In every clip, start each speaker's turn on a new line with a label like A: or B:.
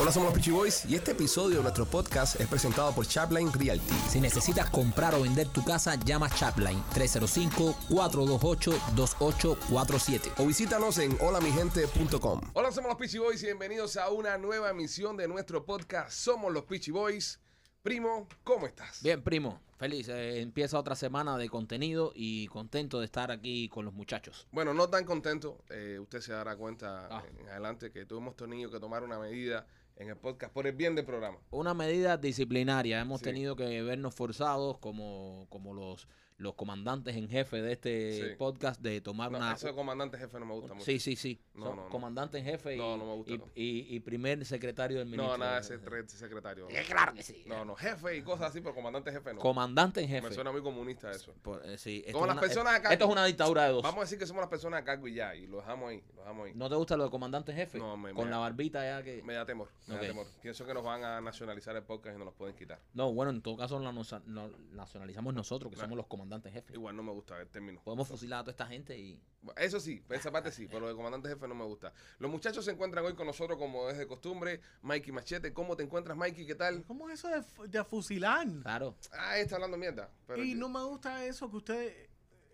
A: Hola, somos los Peachy Boys y este episodio de nuestro podcast es presentado por Chapline Realty.
B: Si necesitas comprar o vender tu casa, llama Chapline 305-428-2847.
A: O visítanos en holamigente.com. Hola, somos los Peachy Boys y bienvenidos a una nueva emisión de nuestro podcast. Somos los Peachy Boys. Primo, ¿cómo estás?
B: Bien, primo, feliz. Eh, empieza otra semana de contenido y contento de estar aquí con los muchachos.
A: Bueno, no tan contento. eh, usted se dará cuenta
B: Ah.
A: en adelante que tuvimos tenido que tomar una medida en el podcast por el bien del programa.
B: Una medida disciplinaria. Hemos
A: Sí.
B: tenido que vernos forzados como, como los, los comandantes en jefe de este
A: Sí.
B: podcast de tomar
A: No,
B: una...
A: eso de comandante jefe no me gusta mucho.
B: Sí, sí, sí.
A: No,
B: Son
A: no, no.
B: Comandante en jefe y,
A: No, no me gusta,
B: y,
A: no.
B: y- y primer secretario del ministro.
A: no, nada, ese tre- secretario.
B: Eh, Claro que sí.
A: No, no, jefe y cosas así, pero comandante jefe no.
B: Comandante en jefe.
A: Me suena muy comunista eso.
B: Por- eh, sí, esto
A: Como las
B: es una-
A: personas
B: eh,
A: acá.
B: Esto es una dictadura de dos.
A: Vamos a decir que somos las personas a cargo y ya, y lo dejamos ahí, lo dejamos ahí.
B: ¿No te gusta lo de comandante en jefe?
A: No, me-
B: Con
A: me-
B: la barbita ya que...
A: Me da temor, me
B: Ok.
A: da temor. Pienso que nos van a nacionalizar el podcast y nos los pueden quitar.
B: No, bueno, en todo caso la nosa- no- nacionalizamos nosotros, que somos los comandantes en jefe.
A: Igual no me gusta el término.
B: Podemos fusilar a toda esta gente y...
A: Eso sí, esa parte sí, pero lo de comandante jefe no me gusta. Los muchachos se encuentran hoy con nosotros como es de costumbre. Mikey Machete, ¿cómo te encuentras, Mikey? ¿Qué tal?
C: ¿Cómo es eso de, fu- de fusilar?
B: Claro.
A: Ah, está hablando mierda. pero
C: y
A: yo-
C: no me gusta eso que ustedes, que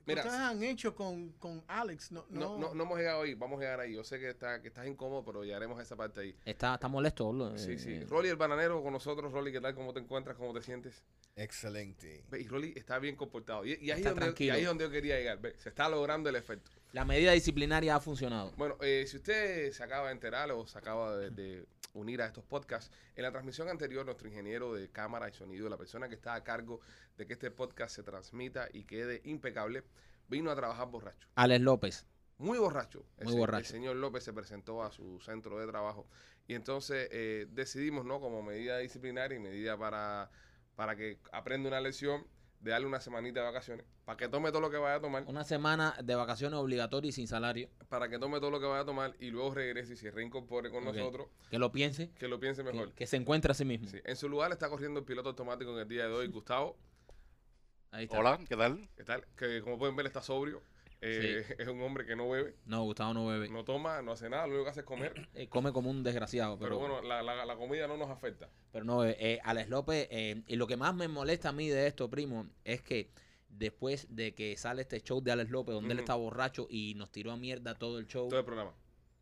A: Mira,
C: ustedes han hecho con, con Alex. No,
A: no,
C: no,
A: no, no hemos llegado ahí, vamos a llegar ahí. Yo sé que, está, que estás incómodo, pero llegaremos a esa parte ahí.
B: Está, está molesto. boludo.
A: Sí,
B: Eh,
A: sí. Rolly el bananero con nosotros. Rolly, ¿qué tal? ¿Cómo te encuentras? ¿Cómo te sientes?
D: Excelente.
A: Ve, Y Rolly está bien comportado. Y, y ahí,
B: Está
A: es donde, y
B: tranquilo.
A: ahí es donde yo quería llegar. Ve, se está logrando el efecto.
B: La medida disciplinaria ha funcionado.
A: Bueno, eh, si usted se acaba de enterar o se acaba de, de unir a estos podcasts, en la transmisión anterior nuestro ingeniero de cámara y sonido, la persona que está a cargo de que este podcast se transmita y quede impecable, vino a trabajar borracho.
B: Alex López.
A: Muy borracho. El
B: Muy
A: se-
B: borracho.
A: El señor López se presentó a su centro de trabajo y entonces eh, decidimos, ¿no? Como medida disciplinaria y medida para, para que aprenda una lección, de darle una semanita de vacaciones, para que tome todo lo que vaya a tomar
B: Una semana de vacaciones obligatoria y sin salario.
A: para que tome todo lo que vaya a tomar y luego regrese y se reincorpore con
B: Ok.
A: nosotros,
B: Que lo piense.
A: que lo piense
B: que-
A: mejor.
B: Que, se encuentre a sí mismo.
A: Sí. En su lugar está corriendo el piloto automático en el día de hoy, Gustavo.
B: Ahí está.
D: Hola, ¿qué tal?
A: ¿Qué tal? Que como pueden ver está sobrio. Eh, Es un hombre que no bebe,
B: No, Gustavo no bebe.
A: no toma, no hace nada, lo único que hace es comer.
B: Eh, come como un desgraciado.
A: Pero bueno, la, la- la comida no nos afecta.
B: Pero no, eh, eh, Alex López, eh, y lo que más me molesta a mí de esto, primo, es que después de que sale este show de Alex López, donde él
A: Ujú.
B: está borracho y nos tiró a mierda todo el show,
A: Todo el programa.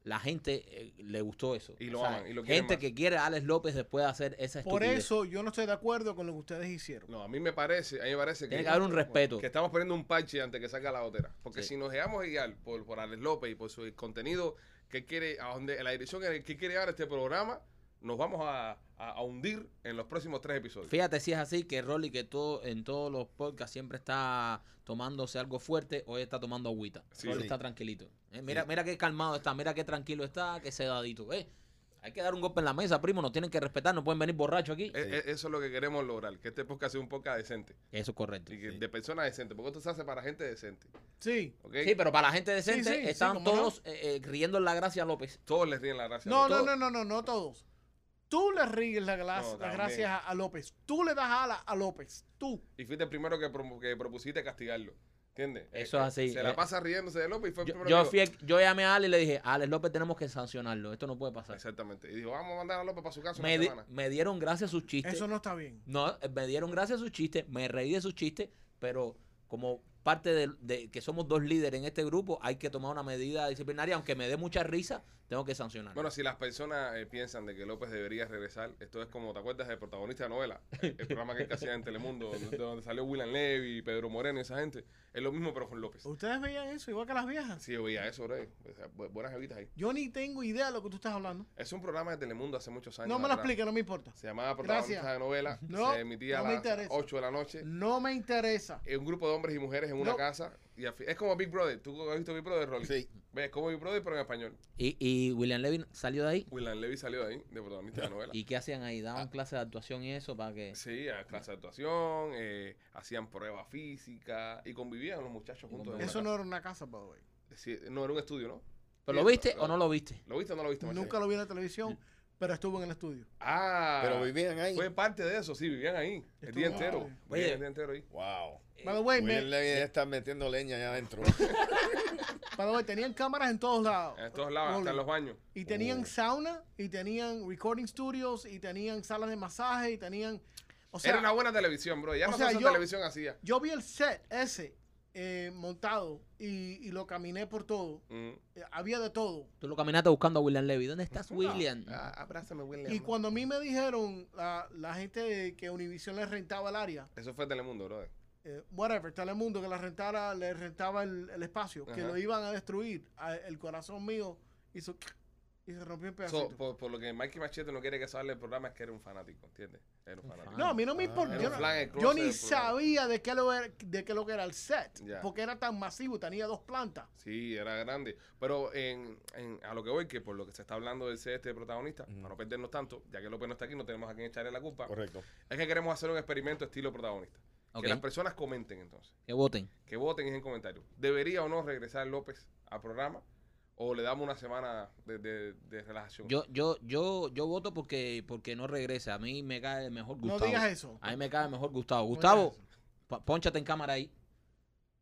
B: la gente eh, le gustó eso.
A: Y lo aman, y lo quieren
B: Gente
A: más.
B: que quiere a Alex López después de hacer esa
C: Por
B: estupidez.
C: eso yo no estoy de acuerdo con lo que ustedes hicieron.
A: No, a mí me parece, a mí me parece
B: Tiene
A: que,
B: que haber un respeto.
A: que estamos poniendo un parche antes que salga la gotera. Porque
B: Sí.
A: si nos dejamos guiar por, por Alex López y por su contenido que quiere, a donde, la dirección en la que quiere llevar este programa, nos vamos a, a- a hundir en los próximos tres episodios.
B: Fíjate si es así que Rolly, que todo en todos los podcasts siempre está tomándose algo fuerte, hoy está tomando agüita.
A: Sí.
B: Rolly
D: Sí.
B: está tranquilito. Eh, mira,
D: Sí.
B: mira qué calmado está, mira qué tranquilo está, qué sedadito. Eh, hay que dar un golpe en la mesa, primo, nos tienen que respetar, no pueden venir borrachos aquí.
A: E- e- Eso es lo que queremos lograr, que este podcast sea un podcast decente.
B: Eso es correcto.
A: Y que- de personas decentes, porque esto se hace para gente decente.
C: Sí.
A: ¿ok?
B: Sí, pero para la gente decente
C: sí, sí,
B: están
C: cómo no.
B: todos eh, eh, riendo en la gracia a López.
A: Todos les ríen la gracia.
C: No,
A: Todos.
C: no, no, no, no, no todos. Tú le ríes la glas-
A: No,
C: las
A: también.
C: gracias a, a López. Tú le das ala a López. Tú.
A: Y fuiste el primero que, promu- que propusiste castigarlo. ¿Entiendes?
B: Eso es así.
A: Se la
B: Eh,
A: pasa riéndose de López y fue el
B: Yo,
A: primero
B: yo
A: que dijo-
B: fui el- yo llamé a Ale y le dije, Alex López tenemos que sancionarlo, esto no puede pasar.
A: Exactamente. Y dijo, vamos a mandar a López para su casa
B: Me,
A: una
B: di-
A: semana.
B: me dieron gracias sus chistes.
C: Eso no está bien.
B: No, eh, me dieron gracias a sus chistes, me reí de sus chistes, pero como parte de, de que somos dos líderes en este grupo, hay que tomar una medida disciplinaria, aunque me dé mucha risa, tengo que sancionar.
A: Bueno, si las personas eh, piensan de que López debería regresar, esto es como, ¿te acuerdas del protagonista de novela? El, el programa que él hacía en Telemundo, donde, donde salió William Levy, Pedro Moreno y esa gente. Es lo mismo, pero con López.
C: Ustedes veían eso igual que las viejas.
A: Sí, yo veía eso, bro. O sea, bu- Buenas evitas ahí.
C: Yo ni tengo idea de lo que tú estás hablando.
A: Es un programa de Telemundo hace muchos años.
C: No me lo
A: atrás.
C: expliques, no me importa.
A: Se llamaba Protagonista
C: Gracias.
A: de Novela.
C: No,
A: se emitía
C: no
A: a
C: me
A: las
C: interesa.
A: 8 de la noche.
C: No me interesa.
A: Eh, Un grupo de hombres y mujeres en una
C: No.
A: casa. y al fin- Es como Big Brother. ¿Tú has visto Big Brother, Rolly?
D: Sí.
A: ¿Ves? Como Big Brother, pero en español.
B: Y, y William Levin salió de ahí.
A: William Levy salió de ahí, de protagonista de novela.
B: ¿Y qué hacían ahí? ¿Daban clases de actuación y eso para que...
A: Sí, a clase de actuación, eh, hacían pruebas físicas y convivían los muchachos juntos. en
C: Eso
A: una
C: no era una casa, by the way.
A: casa. Sí, no era un estudio, ¿no?
B: ¿Pero lo
A: Sí,
B: viste o no lo viste?
A: ¿Lo viste o no lo viste? Machete?
C: Nunca lo vi en la televisión. pero estuvo en el estudio.
A: Ah,
D: Pero vivían ahí.
A: fue parte de eso, sí, vivían ahí. El día
C: Estuvo-
A: entero.
C: Oye.
A: Vivían el día entero ahí.
D: Wow.
C: By
A: Eh,
C: the way, Pues me-
D: William Levy ya está metiendo leña allá adentro.
C: by the way, tenían cámaras en todos lados.
A: En todos lados, hasta en los baños.
C: Y tenían
D: Oh.
C: sauna, y tenían recording studios, y tenían salas de masaje, y tenían... O sea,
A: Era una buena televisión, bro. Ya
C: o
A: no
C: sea,
A: se hace
C: yo-
A: televisión así ya.
C: yo vi el set ese eh, montado y, y lo caminé por todo.
A: Mm.
C: Eh, había de todo.
B: Tú lo caminaste buscando a William Levy. ¿Dónde estás, William?
A: Ah, abrázame, William.
C: Y cuando a mí me dijeron la, la gente que Univision les rentaba el área,
A: Eso fue Telemundo, bro.
C: eh, whatever, Telemundo que la rentara, le rentaba el, el espacio, que
A: Ajá.
C: lo iban a destruir, a- el corazón mío hizo y se rompió en
A: So,
C: pedacito.
A: por, por lo que Mikey Machete no quiere que salga el programa es que era un fanático, ¿entiendes? Era un fanático.
C: no, a mí no me
D: Ah,
C: importa.
A: Era
C: yo
A: un
C: no-
A: flan en el
C: Yo
A: closet
C: ni
A: del programa.
C: sabía de qué lo era, de qué lo que era el set,
A: Ya.
C: porque era tan masivo, tenía dos plantas.
A: Sí, era grande. Pero en, en- a lo que voy, que por lo que se está hablando del ser este protagonista,
D: Ujú.
A: para no perdernos tanto, ya que López no está aquí, no tenemos a quien echarle la culpa,
D: Correcto.
A: es que queremos hacer un experimento estilo protagonista.
B: Ok.
A: Que las personas comenten entonces,
B: Que voten.
A: que voten en comentarios. ¿Debería o no regresar López al programa? ¿O le damos una semana de, de- de relajación?
B: Yo, yo, yo, yo voto porque, porque no regresa. A mí me cae mejor
C: No
B: Gustavo. Ah.
C: digas eso.
B: A mí me cae mejor Gustavo.
C: No
B: Gustavo,
C: digas
B: po- ponchate en cámara ahí.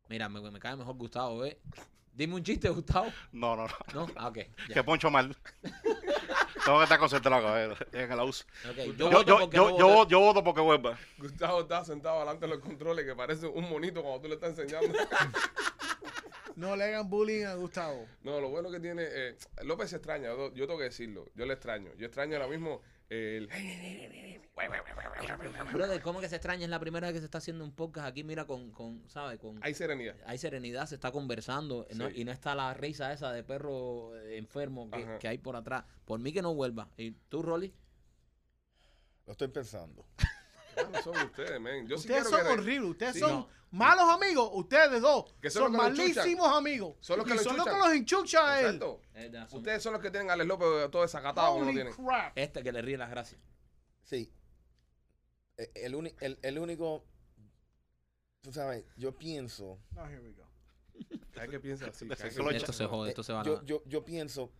B: Mira, me, me cae mejor Gustavo, ¿eh? Dime un chiste, Gustavo.
E: No, no, no.
B: No, ah, ok. ya,
E: Que poncho mal. Tengo que estar concentrado cabrón, en el uso.
B: ok,
E: Yo, yo,
B: Yo, voto
E: yo,
B: porque
E: yo,
B: no
E: yo,
B: voté.
E: voto porque vuelva.
A: Gustavo está sentado delante de los controles que parece un monito cuando tú le estás enseñando.
C: No le hagan bullying a Gustavo.
A: No, lo bueno que tiene. eh, López se extraña, yo yo tengo que decirlo. Yo le extraño. Yo extraño ahora mismo el.
B: Brother, ¿cómo que se extraña? Es la primera vez que se está haciendo un podcast aquí, mira, con, con ¿sabes? Con,
A: Hay serenidad.
B: hay serenidad, se está conversando no-
A: Sí.
B: y no está la risa esa de perro eh, enfermo que,
A: Ajá.
B: que hay por atrás. Por mí que no vuelva. ¿Y tú, Rolly?
D: Lo estoy pensando.
A: Malos son ustedes, men. Yo sí
C: ustedes
A: quiero
C: son
A: que re-
C: horribles, ustedes
B: Sí.
C: son
B: No.
C: malos amigos, ustedes dos.
A: Que son
C: son
A: los que lo enchuchan.
C: malísimos amigos.
A: Son los que
C: y
A: lo
C: son los que
A: enchuchan.
C: los enchucha a él.
A: Exacto.
B: Eh, da- son-
A: Ustedes son los que tienen a Alex López eh, todo desacatado como lo
C: Holy
A: tienen.
C: crap.
B: Este que le ríe las gracias.
D: Sí. E- El, uni- el, el único. Tú sabes, yo pienso.
C: No, here we go.
A: ¿Sabes qué piensa así?
E: Desde
A: ¿Sabes
E: que
A: qué
E: lo
A: piensa?
B: Esto se jode,
A: eh,
B: esto se va a
D: eh, yo,
B: la-
D: yo, yo pienso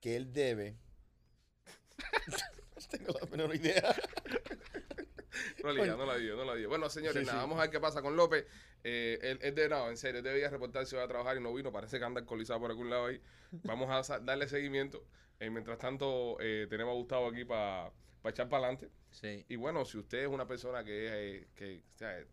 D: que él debe. no tengo la menor idea.
A: Rolly, ya, no la digo, no la digo. Bueno, señores,
D: Sí,
A: nada,
D: sí.
A: vamos a ver qué pasa con López. Eh, él, él de no, en serio, él debía reportarse va a trabajar y no vino. Parece que anda alcoholizado por algún lado ahí. Vamos a sa- darle seguimiento. Eh, mientras tanto, eh, tenemos a Gustavo aquí para echar para adelante.
B: Sí.
A: Y bueno, si usted es una persona que es, eh, que, o sea, es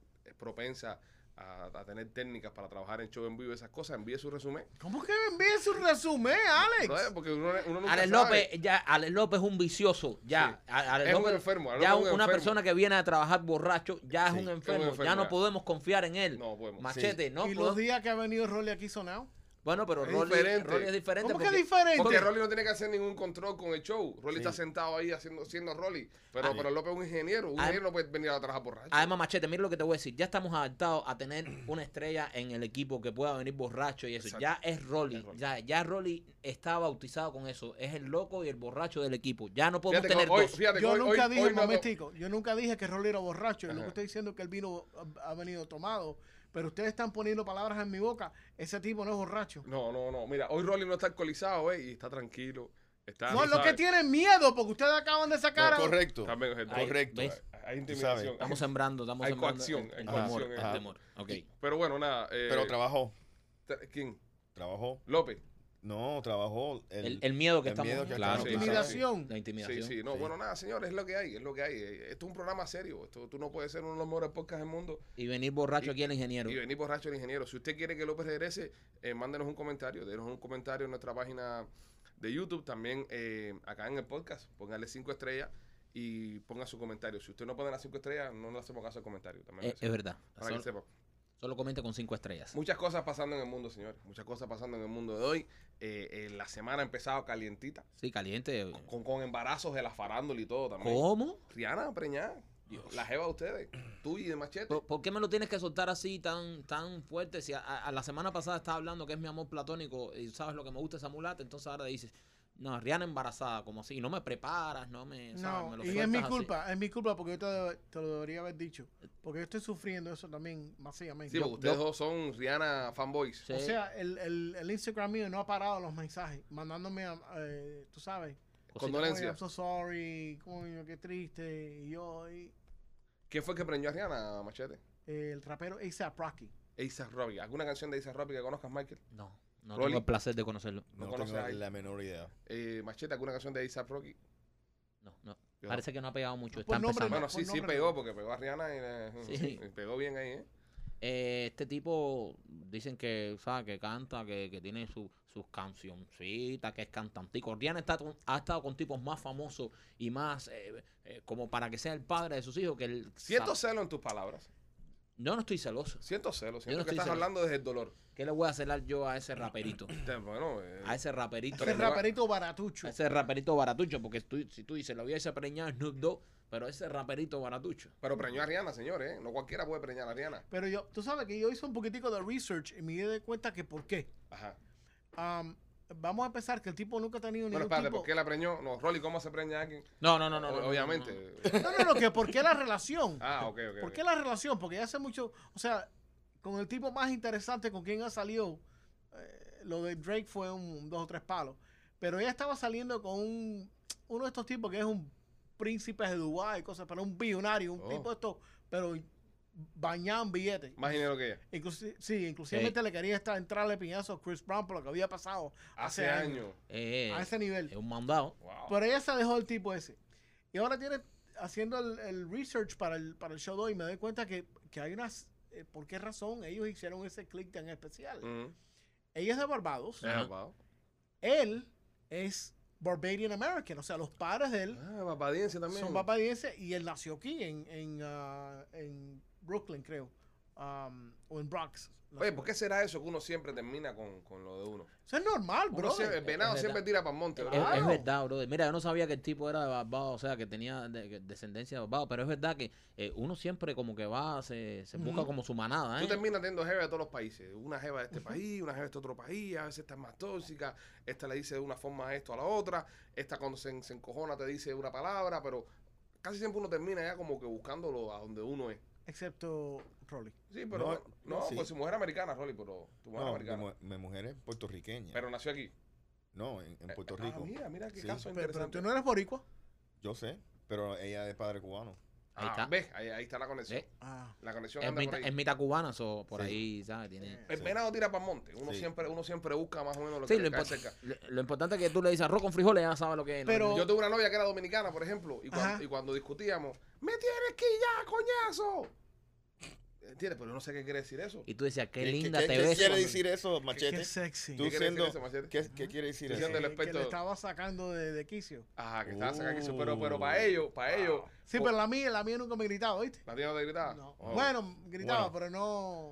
A: propensa a, a tener técnicas para trabajar en show en vivo y esas cosas, envíe su resumen.
C: ¿Cómo que me envíe su resumen, Alex?
A: Brother, Porque uno, uno nunca
B: Alex
A: sabe.
B: López, eh, ya, Alex López es un vicioso, ya.
A: Sí.
B: A- Alex
A: Es un
B: López-
A: enfermo, Alex
B: Ya
A: López es un
B: una
A: enfermo.
B: persona que viene a trabajar borracho, ya es
D: Sí,
B: un
D: es un
B: enfermo.
A: enfermo,
B: Ya no
A: ya.
B: podemos confiar en él.
A: No podemos.
B: Machete, no
C: y los
B: podemos.
C: días que ha venido Rolly aquí sonado.
B: Bueno, pero
A: Es
B: Rolly,
A: diferente.
B: Rolly es diferente.
C: ¿Cómo que
B: porque-
C: diferente?
A: Porque Rolly no tiene que hacer ningún control con el show. Rolly
D: Sí.
A: está sentado ahí haciendo, siendo Rolly. Pero,
B: Ah.
A: pero López es un ingeniero. Un
B: Ah.
A: ingeniero no puede venir a trabajar borracho.
B: Además, Ah, Machete, mira lo que te voy a decir. Ya estamos adaptados a tener una estrella en el equipo que pueda venir borracho y eso.
A: Exacto.
B: Ya es Rolly.
A: Es Rolly.
B: Ya, ya Rolly está bautizado con eso. Es el loco y el borracho del equipo. Ya no podemos
A: Fíjate que
B: tener
A: hoy-
B: dos.
A: fíjate que
C: yo
A: hoy-
C: nunca
A: hoy-
C: dije,
A: hoy no-
C: momentico, yo nunca dije que Rolly era borracho. Lo
A: Ajá.
C: que estoy diciendo es que él vino, ha ha venido tomado. Pero ustedes están poniendo palabras en mi boca. Ese tipo no es borracho.
A: No, no, no. Mira, hoy Rolly no está alcoholizado, eh, y está tranquilo. Está,
C: No,
A: Ah, tú
C: lo que
A: sabes,
C: tienen miedo, porque ustedes acaban de sacar a...
D: correcto.
A: está medio gente.
B: Ahí,
D: Correcto.
B: ¿ves?
A: Hay intimidación.
B: Estamos sembrando, estamos
A: Hay
B: sembrando.
A: coacción,
B: el-
A: hay
B: el
D: coacción,
B: temor, el
D: ajá.
B: temor. Ok.
A: Pero bueno, nada. eh,
D: Pero trabajó.
A: tra- ¿Quién?
D: Trabajó.
A: López.
D: No, trabajó. El,
B: El, el miedo que
D: el
B: estamos.
D: miedo que
B: claro,
A: estamos-
B: claro.
C: Intimidación.
B: La intimidación.
A: Ah, Sí, sí, no,
D: Sí.
A: bueno, nada, señores, es lo que hay, es lo que hay. Eh, Esto es un programa serio, esto, tú no puedes ser uno de los mejores podcasts del mundo
B: Y venir borracho
A: Y-
B: aquí el ingeniero.
A: y venir borracho el ingeniero. Si usted quiere que López regrese, eh, mándenos un comentario, denos un comentario en nuestra página de YouTube, también eh, acá en el podcast, póngale cinco estrellas y ponga su comentario. Si usted no pone las cinco estrellas, no le hacemos caso al comentario, también
B: Eh,
A: lo
B: es,
A: decimos,
B: verdad.
A: para que
B: Solo,
A: sepa.
B: solo comenta con cinco estrellas.
A: Muchas cosas pasando en el mundo, señores, muchas cosas pasando en el mundo de hoy. Eh, eh, la semana ha empezado calientita,
B: Sí, caliente.
A: con, con embarazos de la farándula y todo también.
B: ¿Cómo?
A: Rihanna preñada. La jeva de ustedes. Tú y de machete.
B: ¿Por, por qué me lo tienes que soltar así tan tan fuerte? Si a, a- a la semana pasada estaba hablando que es mi amor platónico y sabes lo que me gusta esa mulata, entonces ahora dices, no, Rihanna embarazada, como así, y no me preparas, no me... ¿sabes?
C: No,
B: Me lo
C: y es
B: sueltas
C: mi
B: así.
C: culpa, es mi culpa porque yo te, deb- te lo debería haber dicho. Porque yo estoy sufriendo eso también masivamente.
A: Sí, porque ustedes
B: yo-
A: dos son Rihanna fanboys.
B: Sí.
C: O sea, el, el- el Instagram mío no ha parado los mensajes, mandándome, a- eh, tú sabes,
A: Condolencias.
C: Oye, I'm so sorry, coño, qué triste. Y hoy,
A: ¿Quién fue el que premió a Rihanna, Machete?
C: el rapero A$AP Rocky.
A: Ace Robbie. ¿Alguna canción de Ace Robbie que conozcas, Michael?
B: No, no
A: Rolly.
B: tengo el placer de conocerlo.
A: No
D: No,
A: conoces
D: tengo
A: a él.
D: la menor idea.
A: Eh, Machete, ¿alguna canción de Ace Robbie?
B: No, no.
A: Yo
B: Parece que no ha pegado mucho.
C: Pues No,
B: Está
C: por nombre
B: empezando.
A: Bueno,
C: por
A: sí, sí
C: nombre
A: pegó,
C: no.
A: porque pegó a Rihanna y, eh,
B: Sí.
A: y pegó bien ahí, ¿eh?
B: Eh, este tipo dicen que, ¿sabes? Que canta, que, que tiene su- sus cancioncitas, que es cantantico. Rihanna está con- ha estado con tipos más famosos y más eh, eh, como para que sea el padre de sus hijos. que el
A: Siento celo en tus palabras.
B: Yo no estoy celoso.
A: Siento celo. Siento
B: no
A: que
B: estoy
A: estás
B: celoso.
A: hablando desde el dolor.
B: ¿Qué le voy a celar yo a ese raperito?
A: Te- Bueno, eh,
B: A ese raperito.
A: Pero
C: Ese
A: no va-
C: raperito baratucho.
B: A ese raperito baratucho, porque tú- si tú dices, lo hubiese preñado Snoop Dogg, pero ese raperito baratucho.
A: pero preñó a Rihanna, señores. ¿eh? No cualquiera puede preñar a Rihanna.
C: Pero yo, tú sabes que yo hice un poquitico de research y me di de cuenta que por qué.
A: Ajá.
C: Am, vamos a empezar que el tipo nunca ha tenido
A: Bueno,
C: ningún
A: espérate,
C: tipo...
A: ¿por qué la preñó? No, Rolly, ¿cómo se preña a alguien?
B: No, no, no, no.
A: O-
B: no, no,
A: Eh, Obviamente.
B: no, no.
C: No, no, no, que por qué la relación.
A: Ah, ok, ok.
C: ¿Por
A: ok.
C: qué la relación? Porque ya hace mucho, o sea, con el tipo más interesante con quien ha salido, eh, lo de Drake fue un dos o tres palos. Pero ella estaba saliendo con un, uno de estos tipos que es un príncipe de Dubái, cosas, pero un billonario, un
A: Oh.
C: tipo de estos, pero bañado en billetes.
A: Más dinero que ella.
C: Inclusi- sí, inclusive le quería estar, entrarle piñazo a Chris Brown por lo que había pasado
A: Hace, años.
B: Eh,
C: A Ah, ese nivel.
B: es un mandado.
A: Wow.
C: Pero ella se dejó el tipo ese. Y ahora tiene, haciendo el, el research para el, para el show de hoy, me doy cuenta que, que hay unas, eh, ¿por qué razón ellos hicieron ese click tan especial?
A: Ujú.
C: Ella es de Barbados,
B: Ah.
A: Mm. Ah,
B: Ajá.
A: wow.
C: él es Barbadian American, o sea, los padres de él
A: Ah, babadiense también.
C: son barbadienses y él nació aquí en, en, ah, en Brooklyn, creo, um, o en Bronx.
A: Oye, ¿por qué será eso que uno siempre termina con, con lo de uno?
C: Eso es normal,
A: Uno
C: bro.
D: eh,
A: siempre- el venado
B: Es
A: siempre
B: verdad.
A: tira para el monte,
B: Es-
A: ¿verdad?
B: Es,
C: Claro.
B: verdad, brother. Mira, yo no sabía que el tipo era de Barbados, o sea, que tenía de- que- descendencia de Barbados, pero es verdad que eh, uno siempre como que va, se, se busca
C: Ujú.
B: como su manada,
A: Tú
B: ¿eh?
A: terminas teniendo jeva de todos los países. Una jeva de este país, una jeva de este otro país. A veces esta es más tóxica. Esta le dice de una forma esto a la otra. Esta cuando se, en- se encojona te dice una palabra. Pero casi siempre uno termina ya como que buscándolo a donde uno es.
C: Excepto Rolly.
A: Sí, pero
D: No,
A: bueno, no,
D: sí.
A: pues su mujer es americana, Rolly, pero tu mujer es
D: No, mi,
A: americana.
D: mu- mi mujer es puertorriqueña.
A: Pero nació aquí.
D: no, en, en Puerto
A: Ah,
D: Rico.
A: mira, mira qué
D: Sí.
A: caso
C: Pero, pero
A: interesante.
C: tú no eres boricua.
D: Yo sé, pero ella es padre cubano.
A: Ah,
B: Ahí está.
A: ¿Ves? Ahí, ahí está la conexión.
B: Ve,
C: Ah.
A: La conexión
B: Eh, Es
A: anda por
B: mitad,
A: ahí.
B: es mitad cubana, so, por
D: Sí.
B: ahí, ¿sabes? Tiene...
A: El
D: Sí.
A: venado tira para el monte. Uno,
D: Sí.
A: siempre, uno siempre busca más o menos lo
B: Sí,
A: que
B: lo,
A: le cae
B: impor-
A: cerca.
B: lo- lo importante es que tú le dices arroz con frijoles, ya sabes lo que es. ¿no?
C: Pero-
A: Yo tuve una novia que era dominicana, por ejemplo, y, cuan- y
C: Ajá.
A: cuando, discutíamos, ¡me tienes que ir ya, coñazo! ¿Entiendes? Pero yo no sé qué quiere decir eso.
B: Y tú decías, qué
D: ¿Qué- qué-
B: linda
D: qué-
B: te
D: qué
B: ves.
D: quiere
B: cuando-
D: decir eso,
C: Qué,
D: Machete?
C: sexy.
D: ¿Tú
A: ¿Qué quiere decir
D: siendo-
A: eso, Machete?
D: ¿Qué, qué quiere decir
A: Tú
D: eso?
A: siendo el
C: Eh, que
A: experto-
C: le estaba sacando de, de quicio.
A: Ajá, que estaba sacando eso.
D: Uh.
A: Pero, pero para ellos, para ellos.
C: Sí,
A: po-
C: pero la mía, la mía nunca me gritaba, ¿oíste?
A: ¿La tía no te gritaba?
C: Ah. No.
A: Oh.
C: Bueno, gritaba,
D: Bueno.
C: pero no.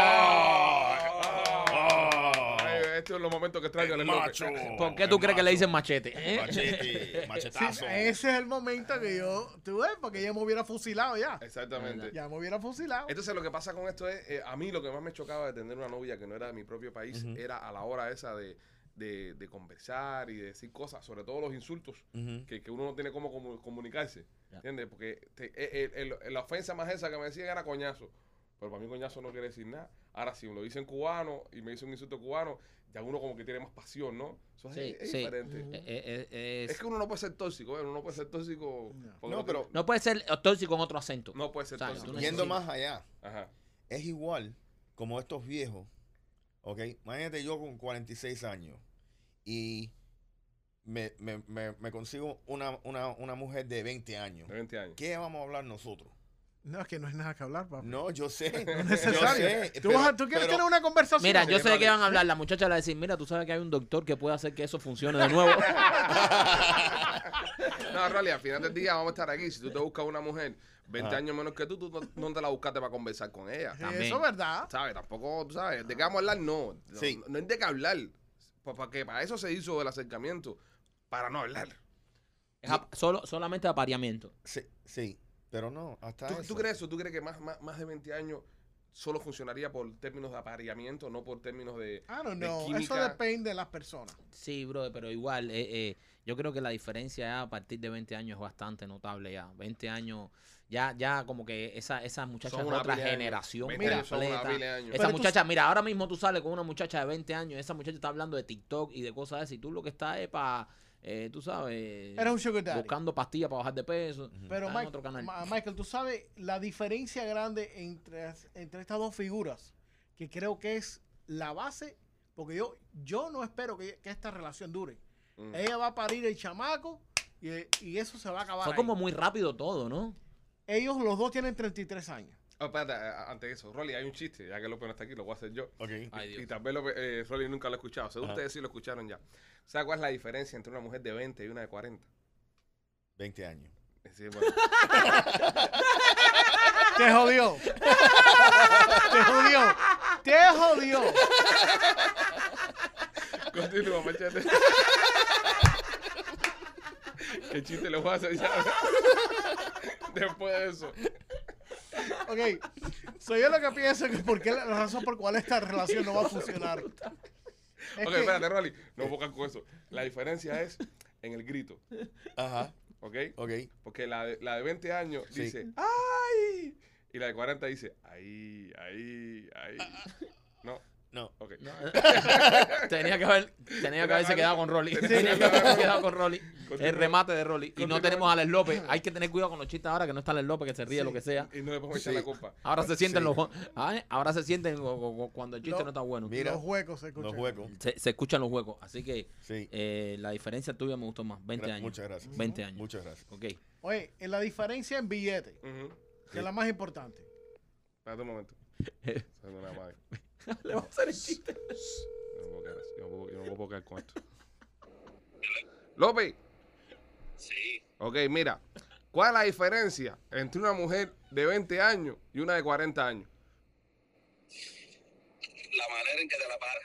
A: ¡Ah!
D: Oh.
E: ¡Ah!
A: Ay, Este es los momentos que extraño el
E: macho.
B: ¿Por qué tú
E: el
B: crees que
E: macho.
B: le dicen machete? eh?
D: Machete,
C: Sí,
D: machetazo.
C: ese es el momento que yo
D: Ah.
C: tuve, porque ya me hubiera fusilado ya.
D: Este.
A: Exactamente.
C: Ya me hubiera fusilado.
A: Entonces lo que pasa con esto es, eh, a mí lo que más me chocaba de tener una novia que no era de mi propio país
D: Ujú.
A: era a la hora esa de, de- de conversar y de decir cosas, sobre todo los insultos,
D: Ujú.
A: que, que uno no tiene cómo comu- comunicarse.
B: Ya.
A: ¿Entiendes? Porque te- eh, eh, el- la ofensa más esa que me decían era coñazo. Pero para mí coñazo no quiere decir nada. Ahora, si me lo dicen cubano y me dicen un insulto cubano, ya uno como que tiene más pasión, ¿no? Eso es,
B: Sí,
A: es
B: sí.
A: diferente.
C: Ujú.
B: Eh, eh, eh, es-
A: Es que uno no puede ser tóxico, ¿eh? Uno no puede ser tóxico.
C: No.
A: porque
D: No, pero-
A: tiene-
B: No puede ser eh, tóxico con otro acento.
A: No puede ser
B: O sea,
A: tóxico.
B: tú no-
D: Yendo
B: necesitas.
D: más allá,
A: Ajá.
D: es igual como estos viejos, ¿ok? Imagínate yo con 46 años y me, me- me- me consigo una, una- una mujer de 20 años.
A: De 20 años.
D: ¿Qué vamos a hablar nosotros?
C: No, es que no hay nada que hablar, papá.
D: No, yo sé.
C: No es necesario.
D: Yo sé,
C: ¿Tú,
D: pero-
C: vas a- tú quieres
D: pero-
C: tener una conversación.
B: Mira, yo
A: Sí,
B: sé de qué
A: vale.
B: van a hablar. La muchacha le va a decir, mira, tú sabes que hay un doctor que puede hacer que eso funcione de nuevo.
A: No, Rolly, al final del día vamos a estar aquí. Si tú te buscas una mujer 20
D: Ajá.
A: años menos que tú, tú no, no te la buscaste para conversar con ella.
C: Sí,
B: También.
C: Eso es verdad.
A: ¿Sabes? Tampoco, tú sabes, de qué vamos a hablar, no. No-
D: Sí.
A: No, es de qué hablar. Pa- pa- que para eso se hizo el acercamiento. Para no hablar.
B: Es ap- solo, solamente apareamiento.
D: Sí, sí, pero no, hasta
A: ¿Tú,
D: eso.
A: tú crees eso? ¿Tú crees que más, más, más de 20 años solo funcionaría por términos de apareamiento, no por términos de.
C: I don't
A: de
C: know. Eso
A: química?
C: depende de las personas.
B: Sí, bro, pero igual, eh, eh, yo creo que la diferencia ya a partir de 20 años es bastante notable ya. 20 años, ya ya como que esa, esas muchachas
A: Son
B: de
A: una
B: otra
A: pila de años.
B: generación
A: 20 años son una pila de
B: completa.
A: años.
B: Esa
C: Pero tú
B: muchacha, mira, ahora mismo tú sales con una muchacha de 20 años, esa muchacha está hablando de TikTok y de cosas así, y tú lo que estás es para eh, tú sabes,
C: Era un sugar daddy.
B: buscando pastillas para bajar de peso. Está
C: Pero
B: en
C: Mike-
B: otro canal.
C: Ma- Michael, tú sabes la diferencia grande entre, as- entre estas dos figuras, que creo que es la base, porque yo, yo no espero que, que esta relación dure.
A: Mm.
C: Ella va a parir el chamaco y, y eso se va a acabar.
B: Fue
C: ahí.
B: como muy rápido todo, ¿no?
C: Ellos los dos tienen 33 años.
A: Oh, espérate, a- a- antes de eso, Rolly, hay un chiste, ya que López no está aquí, lo voy a hacer yo.
D: Ok.
B: Ay, Dios.
A: Y tal vez López- eh, Rolly nunca lo ha escuchado. Según
D: Ajá.
A: ustedes sí lo escucharon ya. ¿Sabes cuál es la diferencia entre una mujer de 20 y una de 40?
D: 20 años.
A: Sí, bueno.
C: Te jodió. Te jodió. Te jodió.
A: Continúa, machete. ¿Qué chiste le voy a hacer ya? Después de eso.
C: Ok. Soy yo lo que pienso que por qué la la razón por cual esta relación no va a funcionar. Es
A: ok,
C: que-
A: espérate, Rolly. No buscan con eso. La diferencia es en el grito,
D: Ajá.
A: ¿ok?
D: Ok.
A: Porque la de, la de 20 años
D: Sí.
A: dice, ¡ay! Y la de 40 dice, ¡ay, ay, ay! No,
D: No.
A: ok.
B: tenía que haber, tenía que haberse quedado con Rolly.
A: Tenía
B: Tenía que haberse quedado con Rolly. El
A: Continúa.
B: remate de Rolly. Y
A: Continúa.
B: no tenemos a Alex López. Hay que tener cuidado con los chistes ahora que no está Alex López, que se ríe
C: Sí.
B: lo que sea.
A: Y no le podemos echar
D: Sí.
A: la culpa.
B: Ahora se sienten
D: Sí.
B: los. ah, Ahora se sienten cu- cu- cu- cuando el chiste
C: No.
B: no, está bueno.
D: Mira,
C: los huecos se
D: los
C: escuchan.
D: huecos.
B: Se, se escuchan los huecos. Así que
D: Sí.
B: eh, la diferencia tuya me gustó más. 20
D: Gra-
B: años.
D: Muchas gracias.
B: 20 años.
D: Muchas gracias.
B: Ok.
C: Oye, en la diferencia en billete,
A: Ujú.
C: que es la más importante.
A: Espérate un momento. Soy una madre.
B: Le vamos a hacer el chiste.
A: Yo no puedo quedar así. Yo no puedo- yo no puedo quedar con esto. López.
F: Sí,
A: Ok, mira. ¿Cuál es la diferencia entre una mujer de 20 años y una de 40 años?
F: la manera en que te la paras.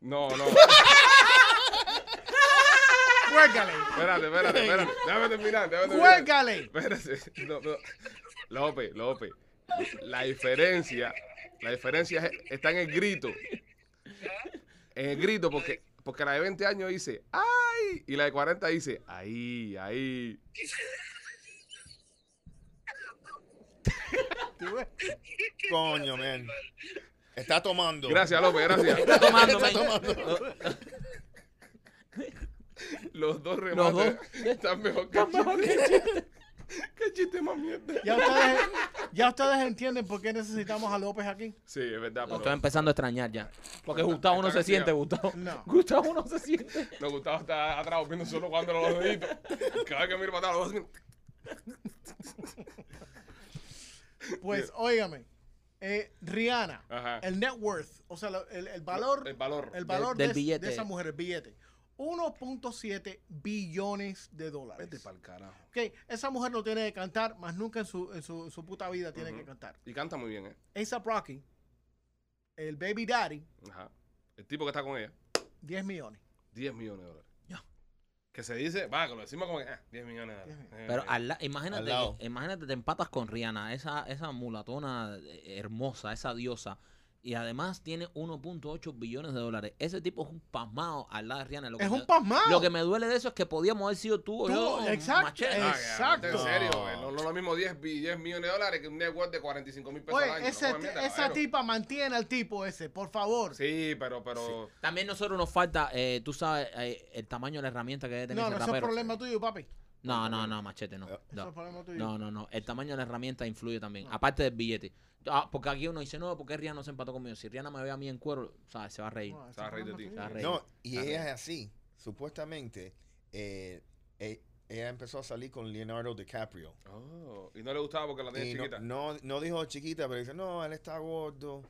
A: No, no.
C: ¡Huécale!
A: Espérate, espérate, espérate. Déjame terminar, déjame terminar.
C: ¡Huécale!
A: Espérate. No, no. López, López. La diferencia, la diferencia es- está en el grito. En el grito, porque, porque la de 20 años dice, ¡ay! Y la de 40 dice, ¡ahí, ahí!
C: ¿Tú ves?
D: Coño, man. Está tomando.
A: Gracias, López, gracias.
B: Está tomando,
D: Está
B: man.
D: tomando.
A: Los dos
B: Los
A: remates
B: dos.
A: están mejor que el chiste. ¿Qué chiste más mierda?
C: Ya ustedes, ya ustedes entienden por qué necesitamos a López aquí.
A: Sí, es verdad,
B: Lo estoy
A: pero
B: empezando a extrañar ya. Porque Gustavo no
A: está
B: se siente,
A: castigado.
B: Gustavo.
C: No. Eh,
B: Gustavo no se siente.
A: nos gustaba estar atrás viendo solo cuando los deditos. Cada vez que miro para atrás, los deditos.
C: Pues, óigame, eh, Rihanna,
A: Ajá.
C: el net worth, o sea, lo- el, el valor,
A: El valor.
C: el
B: Del-
C: valor de,
B: del
C: es-
B: billete.
C: de esa mujer, el billete, 1.7 billones de dólares.
A: Vete pa'l carajo.
C: Ok, esa mujer no tiene que cantar, más nunca en su, en su, en su puta vida tiene
A: Ujú.
C: que cantar.
A: Y canta muy bien, ¿eh?
C: A$AP Rocky, el Baby Daddy,
A: Ajá. El tipo que está con ella,
C: 10 millones.
A: 10 millones de dólares.
B: Ya.
A: Que se dice, va, que lo decimos como que, ah, 10 millones de dólares. Eh,
B: Pero
A: eh.
B: al la- imagínate,
D: Al lado.
B: imagínate, te empatas con Rihanna, esa, esa mulatona eh, hermosa, esa diosa. Y además tiene 1.8 billones de dólares. Ese tipo es un pasmado al lado de Rihanna. Lo que
C: Es
B: me-
C: un pasmado.
B: Lo que me duele de eso es que podíamos haber sido tú o
C: Tú,
B: yo.
C: exacto, Eh.
B: machete.
A: Ah, que,
C: exacto.
A: En serio,
D: No.
A: eh, no, no es lo mismo 10, bi- 10 millones de dólares que un network de 45 mil pesos al año.
C: Oye,
A: no
C: ese
A: jodas
C: ti-
A: mierda,
C: esa
A: caballero.
C: tipa mantiene al tipo ese, por favor.
A: Sí, pero, pero.
B: También nosotros nos falta, eh, tú sabes, eh, el tamaño de la herramienta que debe tener
C: no,
B: ese
C: no, eso es
B: rapero.
C: problema tuyo, papi.
B: No, no, no, machete, no.
C: Eso es
B: No,
C: problema tuyo.
B: no, no, no. El tamaño de la herramienta influye también, aparte del billete. Ah, porque aquí uno dice, no, ¿por qué Rihanna no se empató conmigo? Si Rihanna me ve a mí en cuero, ¿sabes? Se va a reír.
C: No, eso
A: Se va a
C: es
A: reír de ti.
C: problema
B: Se
C: tuyo.
B: va a reír.
D: No, y
B: Ah,
D: ella es así. Supuestamente, eh, eh, ella empezó a salir con Leonardo DiCaprio.
A: Oh, y no le gustaba porque la tenía
D: Y
A: chiquita.
D: no, no, no dijo chiquita, pero dice, no, él está gordo.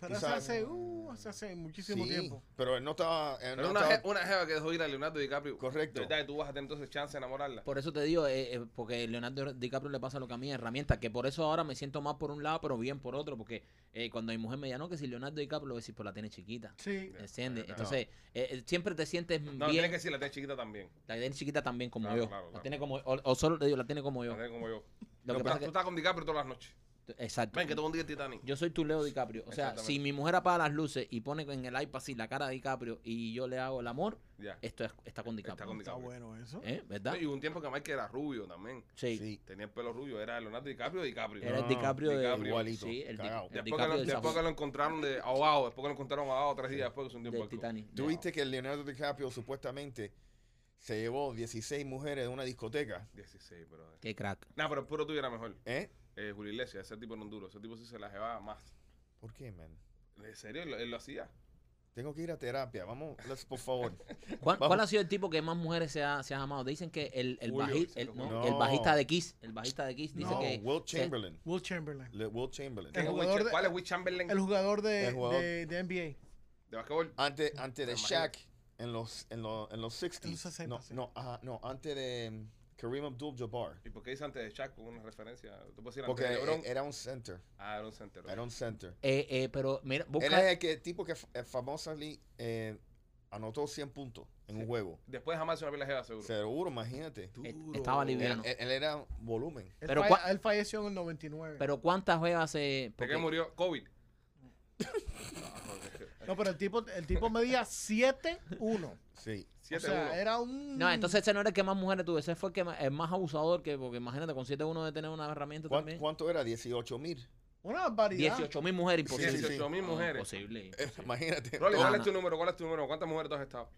C: Pero
D: Tú
C: eso
D: sabes.
C: hace, uh, eso hace muchísimo
D: Sí,
C: tiempo.
D: Pero él no estaba... él
A: Pero
D: no
A: una,
D: estaba-
A: je- una jeva que dejó ir a Leonardo DiCaprio.
D: Correcto.
A: ¿Verdad? Y tú vas a tener entonces chance de enamorarla.
B: Por eso te digo, eh, eh, porque Leonardo DiCaprio le pasa lo que a mí, herramienta, que por eso ahora me siento más por un lado, pero bien por otro, porque eh, cuando mi mujer me dice, no, que si Leonardo DiCaprio, le voy a decir, pues la tiene chiquita.
C: Sí.
B: ¿Entiendes?
A: No.
B: Entonces, eh, eh, siempre te sientes
A: No, tiene
B: bien.
A: que decir la tenía chiquita también.
B: La tiene chiquita también como
A: Claro,
B: yo.
A: claro,
B: La
A: claro.
B: tiene como o, o solo te digo, la tiene como yo.
A: La tenía como yo.
B: Lo
A: No,
B: que
A: pero
B: pasa
A: tú
B: que-
A: estás con DiCaprio todas las noches.
B: exacto.
A: Ven, que todo un día es Titanic.
B: Yo soy tu Leo DiCaprio. O sea,
A: Exactamente.
B: si mi mujer apaga las luces y pone en el iPad así la cara de DiCaprio y yo le hago el amor,
A: Ya.
B: esto es- está con DiCaprio.
A: Está con
C: Está
A: DiCaprio.
C: bueno eso.
B: ¿Eh? ¿Verdad?
A: Y hubo un tiempo que Mike era rubio también.
B: Sí.
D: Sí.
A: Tenía el pelo rubio. Era Leonardo DiCaprio DiCaprio.
B: Era el
D: No,
B: DiCaprio, de...
A: DiCaprio.
D: Igualito,
B: Sí, el, Di-
D: cagao.
B: el
A: Después, que
B: DiCaprio
A: lo,
B: del
A: después
B: Zafo-
A: que lo encontraron de ahogado. Después que lo encontraron ahogado tres días después que se hundió un
B: del
A: barco.
B: Titanic.
D: Tuviste que Leonardo DiCaprio supuestamente se llevó 16 mujeres de una discoteca.
A: 16, pero.
B: Qué crack.
A: No, pero el puro tuyo era mejor.
D: ¿Eh?
A: Eh, Julio Iglesias, ese tipo no es duro. Ese tipo sí se la llevaba más.
D: ¿Por qué, man?
A: ¿En serio? Él, lo- él lo hacía.
D: Tengo que ir a terapia. Vamos, let's- por favor.
B: ¿Cuál,
D: Vamos.
B: cuál ha sido el tipo que más mujeres se ha, se ha amado? Dicen que el, el,
A: Julio,
B: baji-
A: se
B: el,
A: lo
B: no,
D: juro.
B: el
D: No.
B: bajista de Kiss. El bajista de Kiss dice
D: no,
B: que.
D: Will Chamberlain.
C: Will Chamberlain.
D: Le- Will Chamberlain.
C: El
A: ¿Quién es
C: jugador
A: Will-
C: de-
A: ¿Cuál es Will Chamberlain?
C: El jugador de,
D: El jugador.
C: de- de NBA.
A: ¿De basquetbol?
D: Antes, antes de
A: Imagínate.
D: Shaq en los, en los, en los 60s.
C: En los 60s,
D: no,
C: sí.
D: no, ajá, no, antes de mm, Kareem Abdul-Jabbar.
A: ¿Y por qué dice antes de Shaq con una referencia? ¿Tú puedes decir antes
D: Porque
A: de LeBron?
D: eh, era un center.
A: ah, era un center.
D: Era un center.
B: Eh, eh, pero mira, busca.
D: Era el que, tipo que f- eh, famosamente eh, anotó 100 puntos en un juego.
A: Después jamás se una la jeva, seguro.
D: Seguro, imagínate.
B: Eh, estaba
D: Él,
B: liviano.
D: él- él era volumen.
C: Él,
B: Pero
C: falle-
B: cua-
C: él falleció en el 99.
B: Pero ¿cuántas juegas se.?
A: ¿Por qué
B: porque-
A: murió? COVID.
C: no, pero el tipo, el tipo medía 7-1.
D: Sí.
C: O
A: 7
C: sea, era un.
B: No, entonces ese no era el que más mujeres tuvo. Ese fue el, que más, el más abusador. que Porque imagínate, con 7-1 de tener una herramienta
D: ¿Cuán-
B: también.
D: ¿Cuánto era? 18 mil.
C: Una barbaridad.
B: 18 mil mujeres
D: Sí, sí,
B: imposible.
D: sí.
A: 18 mil
B: No,
A: mujeres. Eh,
B: Imposible.
D: Imagínate.
A: Rolly, ¿cuál
B: Ah,
A: es tu número? ¿Cuál es tu número? ¿Cuántas mujeres tú has estado?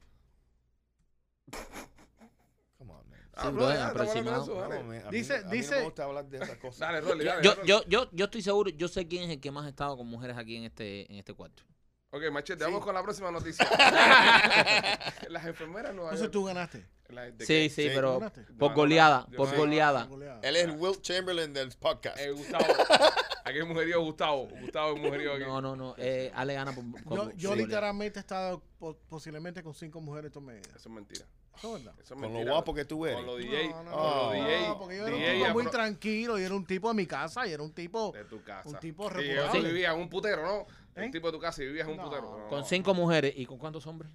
D: Come on, man.
A: Ah,
B: Sí,
A: bro,
B: brother,
A: ya, estamos hablando de
B: aproximado.
A: eso, dale.
D: No, man, a mí
C: Dice-
D: no- a mí no
C: dice-
D: me gusta hablar de esas cosas.
A: Dale, Rolly, dale.
B: Yo,
A: dale.
B: yo, yo, yo estoy seguro, yo sé quién es el que más ha estado con mujeres aquí en este, en este cuarto.
A: Ok, machete, vamos con la próxima noticia. Las enfermeras no
C: Entonces tú ganaste.
B: Sí, sí,
D: Sí,
B: pero
C: ganaste.
B: por
A: No,
B: goleada,
A: no, no,
B: por
A: no, no,
B: goleada.
C: Goleada.
D: Él es el Will Chamberlain del podcast.
A: Eh, Gustavo. Aquí es mujerío Gustavo. Gustavo es mujerío aquí.
B: No, no, no. eh, Ale gana por, por-
C: Yo,
B: por
C: yo
B: goleada.
C: literalmente he estado po- posiblemente con cinco mujeres en medidas.
A: Eso es mentira.
C: Eso es verdad.
A: Eso es
D: con lo
A: mentira.
D: guapo que tú eres.
A: Con lo DJ.
C: No, no,
A: con lo
D: no,
A: DJ.
C: No, porque yo era un
A: DJ
C: tipo muy
A: apro-
C: tranquilo, yo era un tipo de mi casa, y era un tipo...
A: De tu casa.
C: Un tipo
A: Sí,
C: reputado.
A: tú
B: Sí.
A: vivías en un putero, ¿no?
C: ¿Eh?
A: Un tipo de tu casa y vivías en un
C: No.
A: putero. No,
B: Con
A: no.
B: cinco mujeres. ¿Y con cuántos hombres?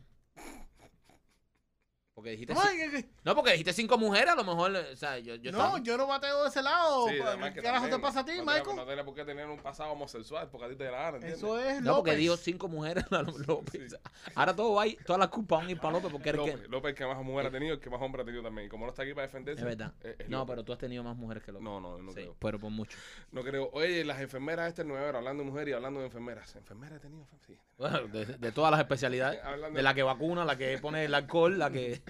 B: Porque dijiste.
C: Ay,
B: ci-
C: que- que-
B: No, porque dijiste cinco mujeres, a lo mejor. eh, O sea, yo, yo
C: no,
B: estaba-
C: yo no bateo de ese
B: Oh,
C: lado.
A: Sí, además
C: ¿Qué
A: que
C: carajo te
A: también,
C: pasa a ti,
A: no tenía-
C: Michael?
A: No tenía por qué tener un pasado homosexual porque a ti te da la gana, ¿entiendes?
C: Eso es
B: No, porque
C: López.
B: dijo cinco mujeres a lo- López. Ahora todo va y todas las culpas van a ir para López porque eres
A: López,
B: que. Eh.
A: López, el que más mujer ha tenido, el que más hombre ha tenido también. Y como no está aquí para defenderse.
B: Es verdad.
A: eh, es
B: No,
A: López.
B: pero tú has tenido más mujeres que López.
A: No, no, no
B: Sí,
A: creo.
B: pero por mucho.
A: No creo. Oye, las enfermeras este nueve horas, hablando de mujeres y hablando de enfermeras. ¿Enfermeras he tenido? Sí.
B: Bueno, de, de todas las especialidades.
A: Hablando-
B: De la que vacuna, la que pone el alcohol, la que.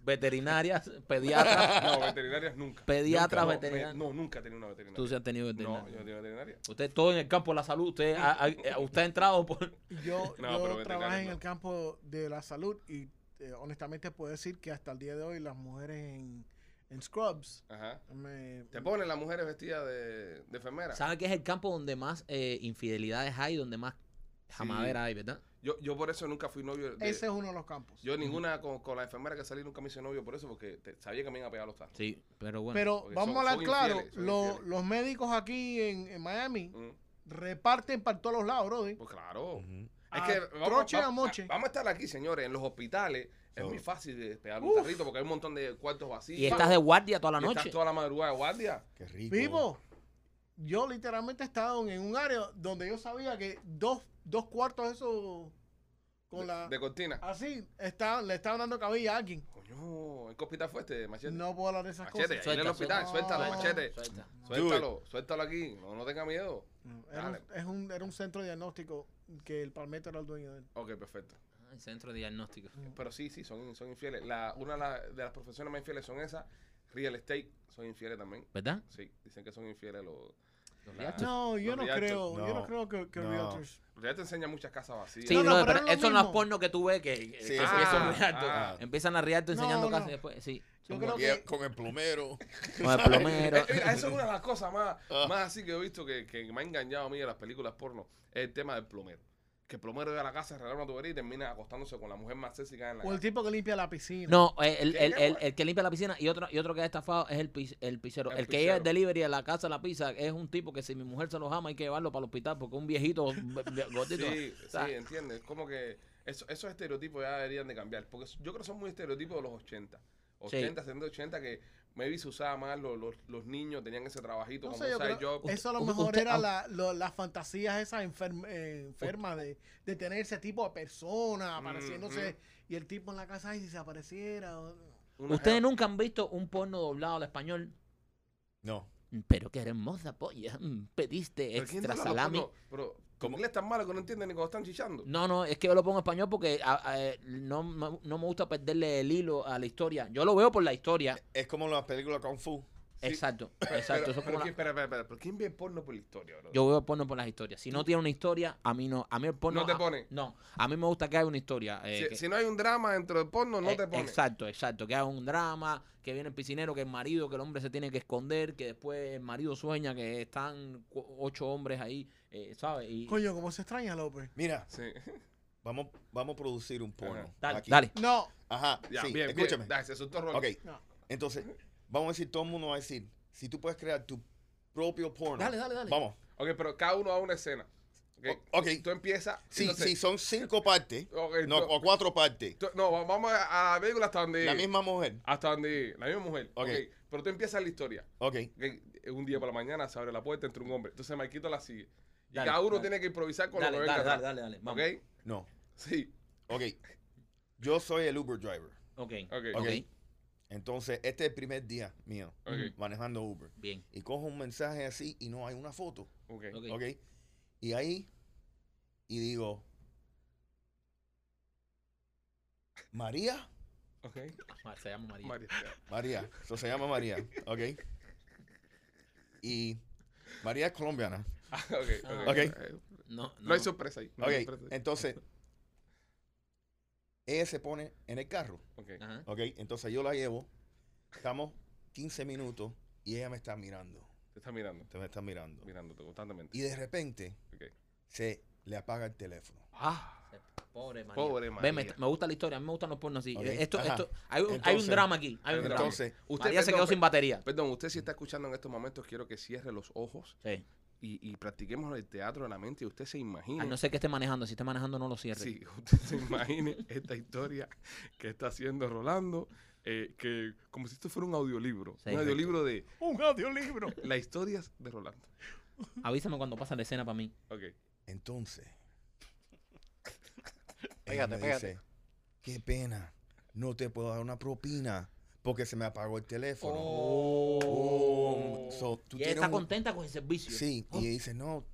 B: Veterinarias, pediatras.
A: No, veterinarias nunca.
B: Pediatra,
A: Nunca, no,
B: veterinaria.
A: me- No, nunca he tenido una veterinaria.
B: Tú se has tenido
A: No,
B: veterinaria.
A: yo no tengo veterinaria.
B: Usted todo en el campo de la salud. Usted ha, ha- usted ha entrado por.
C: Yo,
A: No,
C: yo
A: pero veterinario
C: trabajé en
A: no.
C: el campo de la salud y eh, honestamente puedo decir que hasta el día de hoy las mujeres en, en Scrubs
A: Ajá.
C: me...
A: ¿Te ponen las mujeres vestidas de, de enfermera?
B: ¿Sabe que es el campo donde más eh, infidelidades hay, donde más jamadera hay, verdad?
A: Yo, yo por eso nunca fui novio. De,
C: Ese es uno de los campos.
A: Yo ninguna con, con la enfermera que salí nunca me hice novio por eso, porque te- sabía que me iban a pegar los tacos.
B: Sí, pero bueno.
C: Pero
A: porque
C: vamos
A: son-
C: a hablar
A: son
C: claro,
A: infieles, son
C: lo-
A: infieles.
C: los médicos aquí en, en Miami
A: Mm,
C: reparten para todos los lados, Brody.
A: Pues claro.
D: Ujú.
A: Es
C: A
A: que
C: Ah, troche a
A: va-
C: moche.
A: vamos a estar aquí, señores, en los hospitales. Es
D: So-
A: muy fácil de pegar un
C: Uf.
A: tarrito porque hay un montón de cuartos vacíos.
B: y estás de guardia toda la
A: Y estás
B: noche.
A: toda la madrugada de guardia.
D: Qué rico.
C: Vivo. Yo literalmente he estado en un área donde yo sabía que dos, dos cuartos de esos con
A: de,
C: la...
A: de cortina.
C: Así, está, le estaban dando cabilla a alguien.
A: Coño, ¿en qué hospital fue este, Machete?
C: No puedo hablar de esas
A: Machete,
C: cosas.
A: ahí en el
B: Suelta,
A: hospital.
C: suelta.
A: Suéltalo,
C: No.
A: machete.
B: Suelta.
A: Suéltalo, suéltalo aquí. No, no tenga miedo.
C: No, Era, un,
A: Dale.
C: es un, era un centro de diagnóstico que el palmeto era el dueño de él.
A: Ok, perfecto.
B: Ah, el centro de diagnóstico.
A: Pero sí, sí, son, son infieles. La, una de la- de las profesiones más infieles son esas. Real estate son infieles también.
B: ¿Verdad?
A: Sí, dicen que son infieles los... los
B: Real-
A: realtors.
C: No, yo
A: Los
C: no
A: realtors.
C: creo, yo no
D: No,
C: creo que, que
D: no.
C: realtors.
A: Real te enseña muchas casas vacías.
B: Sí,
C: No, no,
B: brother, pero,
C: pero es lo
B: eso no es
C: mismo.
B: porno que tú ves que, eh, que
D: Sí,
B: empiezan
D: eso
B: a
A: es-
B: riarte.
A: ah.
B: Empiezan a riarte enseñando
C: No,
B: casi
C: no.
B: después. Sí.
C: Yo
B: son
C: creo
D: Y
B: buenos.
D: es con el plomero.
B: Con el plomero.
A: Eh, mira, eso es una de las cosas más,
B: Ah.
A: más así que he visto que, que me ha engañado a mí de las películas porno. Es el tema del plomero. Que el plomero llega a la casa, arreglar una tubería y termina acostándose con la mujer más sexy que hay en la
C: O el
A: casa.
C: tipo que limpia la piscina.
B: No, eh, el,
A: ¿Qué
B: el- el-
A: guay?
B: el que limpia la piscina y otro, y otro que ha estafado es el, pis- el pizzero.
A: El
B: El, que lleva el
A: pizzero.
B: delivery a la casa de la pizza es un tipo que si mi mujer se los ama hay que llevarlo para el hospital porque un viejito b- b- gordito.
A: Sí,
B: O sea,
A: sí, entiendes. Como que eso- esos estereotipos ya deberían de cambiar. Porque yo creo que son muy estereotipos de los 80. 80, 70, 80 que maybe se usaba más, los, los, los niños tenían ese trabajito
C: No
A: como
C: sé, yo
A: side
C: creo-
A: job.
C: eso a lo
B: Usted-
C: mejor
B: usted-
C: era
B: ah.
C: la- lo- las fantasías esas enferm- eh, enfermas de, de tener ese tipo de persona apareciéndose y el tipo en la casa y si se apareciera. o-
A: Una
B: Ustedes
A: jeva-
B: nunca han visto un porno doblado al español.
D: No.
B: Pero qué hermosa polla. Mm, Pediste
A: ¿Pero quién
B: extra
A: dobla los
B: salami.
A: porno? Pero, Como inglés tan malo que no entienden ni cuando están chichando.
B: No, no, es que yo lo pongo en español porque a- a- eh, no, me- no me gusta perderle el hilo a la historia. Yo lo veo por la historia.
D: Es como las películas Kung Fu.
B: Exacto,
A: Eh, Pero,
B: exacto. Eso es
A: pero
B: como
A: ¿quién,
B: la-
A: espera, espera, espera, ¿pero quién ve porno por la historia, bro?
B: Yo veo el porno por las historias. Si no tiene una historia, a mí no. A mí el porno.
A: ¿Mm? No te
B: a-
A: pone.
B: No, a mí me gusta que haya una historia. eh,
A: si,
B: que-
A: si no hay un drama dentro del porno, no
B: eh,
A: te pones.
B: Exacto, exacto. Que haya un drama, que viene el piscinero, que el marido, que el hombre se tiene que esconder, que después el marido sueña que están cu- ocho hombres ahí, eh, ¿sabes? Y,
C: Coño, ¿cómo se extraña López?
D: Mira,
A: Sí.
D: vamos, vamos a producir un porno.
A: Ajá.
B: dale,
D: aquí.
B: dale.
C: No,
D: Ajá,
A: Ya,
D: sí,
A: bien,
D: escúchame.
A: bien. Dale, se asustó Rolly.
D: Ok,
C: no.
D: entonces, vamos a decir, todo el mundo va a decir, si tú puedes crear tu propio porno.
B: Dale, dale, dale.
D: Vamos.
A: Ok, pero cada uno a una escena. Ok.
D: O- ok.
A: Tú empiezas.
D: Sí,
A: entonces-
D: sí, son cinco partes.
A: Ok,
D: no,
A: tú-
D: o cuatro partes.
A: tú- no, va- vamos a a la película hasta donde.
D: La misma mujer.
A: Hasta donde. La misma mujer.
D: Ok.
A: ok, Pero tú empiezas la historia.
D: Ok.
A: Ok, Un día por la mañana se abre la puerta entre un hombre. Entonces Marquito la sigue. Y
B: Dale,
A: cada uno
B: dale.
A: tiene que improvisar con
B: Dale,
A: lo que
B: dale,
A: venga
B: dale,
A: atrás.
B: dale, dale, Vamos.
A: Ok.
D: No.
A: Sí.
D: Ok. Yo soy el Uber driver.
B: ok.
A: Ok.
B: Ok.
D: Ok. Entonces, este es el primer día mío
A: Ok.
D: manejando Uber.
B: Bien.
D: Y cojo un mensaje así y no hay una foto.
A: Ok.
B: Ok.
D: Ok. Y ahí, y digo, María.
A: Ok.
B: Ah, Se llama María.
A: María.
D: María. Eso se llama María. Ok. Y María es colombiana.
A: Ah, ok, ok.
D: Ok.
A: Eh,
B: No, no.
A: No hay sorpresa ahí. No hay
D: Ok.
A: sorpresa ahí.
D: Entonces, ella se pone en el carro.
A: Ok.
B: Ajá.
D: Ok, entonces yo la llevo. Estamos 15 minutos y ella me está mirando.
A: Te está mirando.
D: Te me está mirando.
A: Mirándote constantemente.
D: Y de repente
A: Ok.
D: se le apaga el teléfono.
B: Ah, pobre María.
A: Pobre
B: Ve,
A: María.
B: me, me gusta la historia, a mí me gustan los pornos así. Eh,
D: Ok,
B: Esto,
D: ajá.
B: esto, hay, un, hay un
D: Entonces-
B: drama aquí. Hay un drama.
D: Entonces,
A: Usted,
B: María se
A: perdón,
B: quedó sin
A: pe-
B: batería.
A: Perdón, usted si está escuchando en estos momentos, quiero que cierre los ojos
B: Sí.
A: y, y practiquemos el teatro de la mente y usted se imagina.
B: A Ah, no ser que esté manejando, si esté manejando no lo cierre.
A: Sí, usted se imagine esta historia que está haciendo Rolando, eh, que como si esto fuera un audiolibro.
B: Sí,
A: un
B: correcto.
A: audiolibro de
C: Un audiolibro.
A: las historias de Rolando.
B: Avísame cuando pasa la escena para mí.
A: Ok.
D: entonces. ella
E: Pégate,
D: me
E: pégate.
D: dice, Qué pena. No te puedo dar una propina porque se me apagó el teléfono. Oh, so, tú
B: y ella
D: tienes
B: está
D: un-
B: contenta con el servicio.
D: Sí,
B: Oh,
D: y ella dice, no.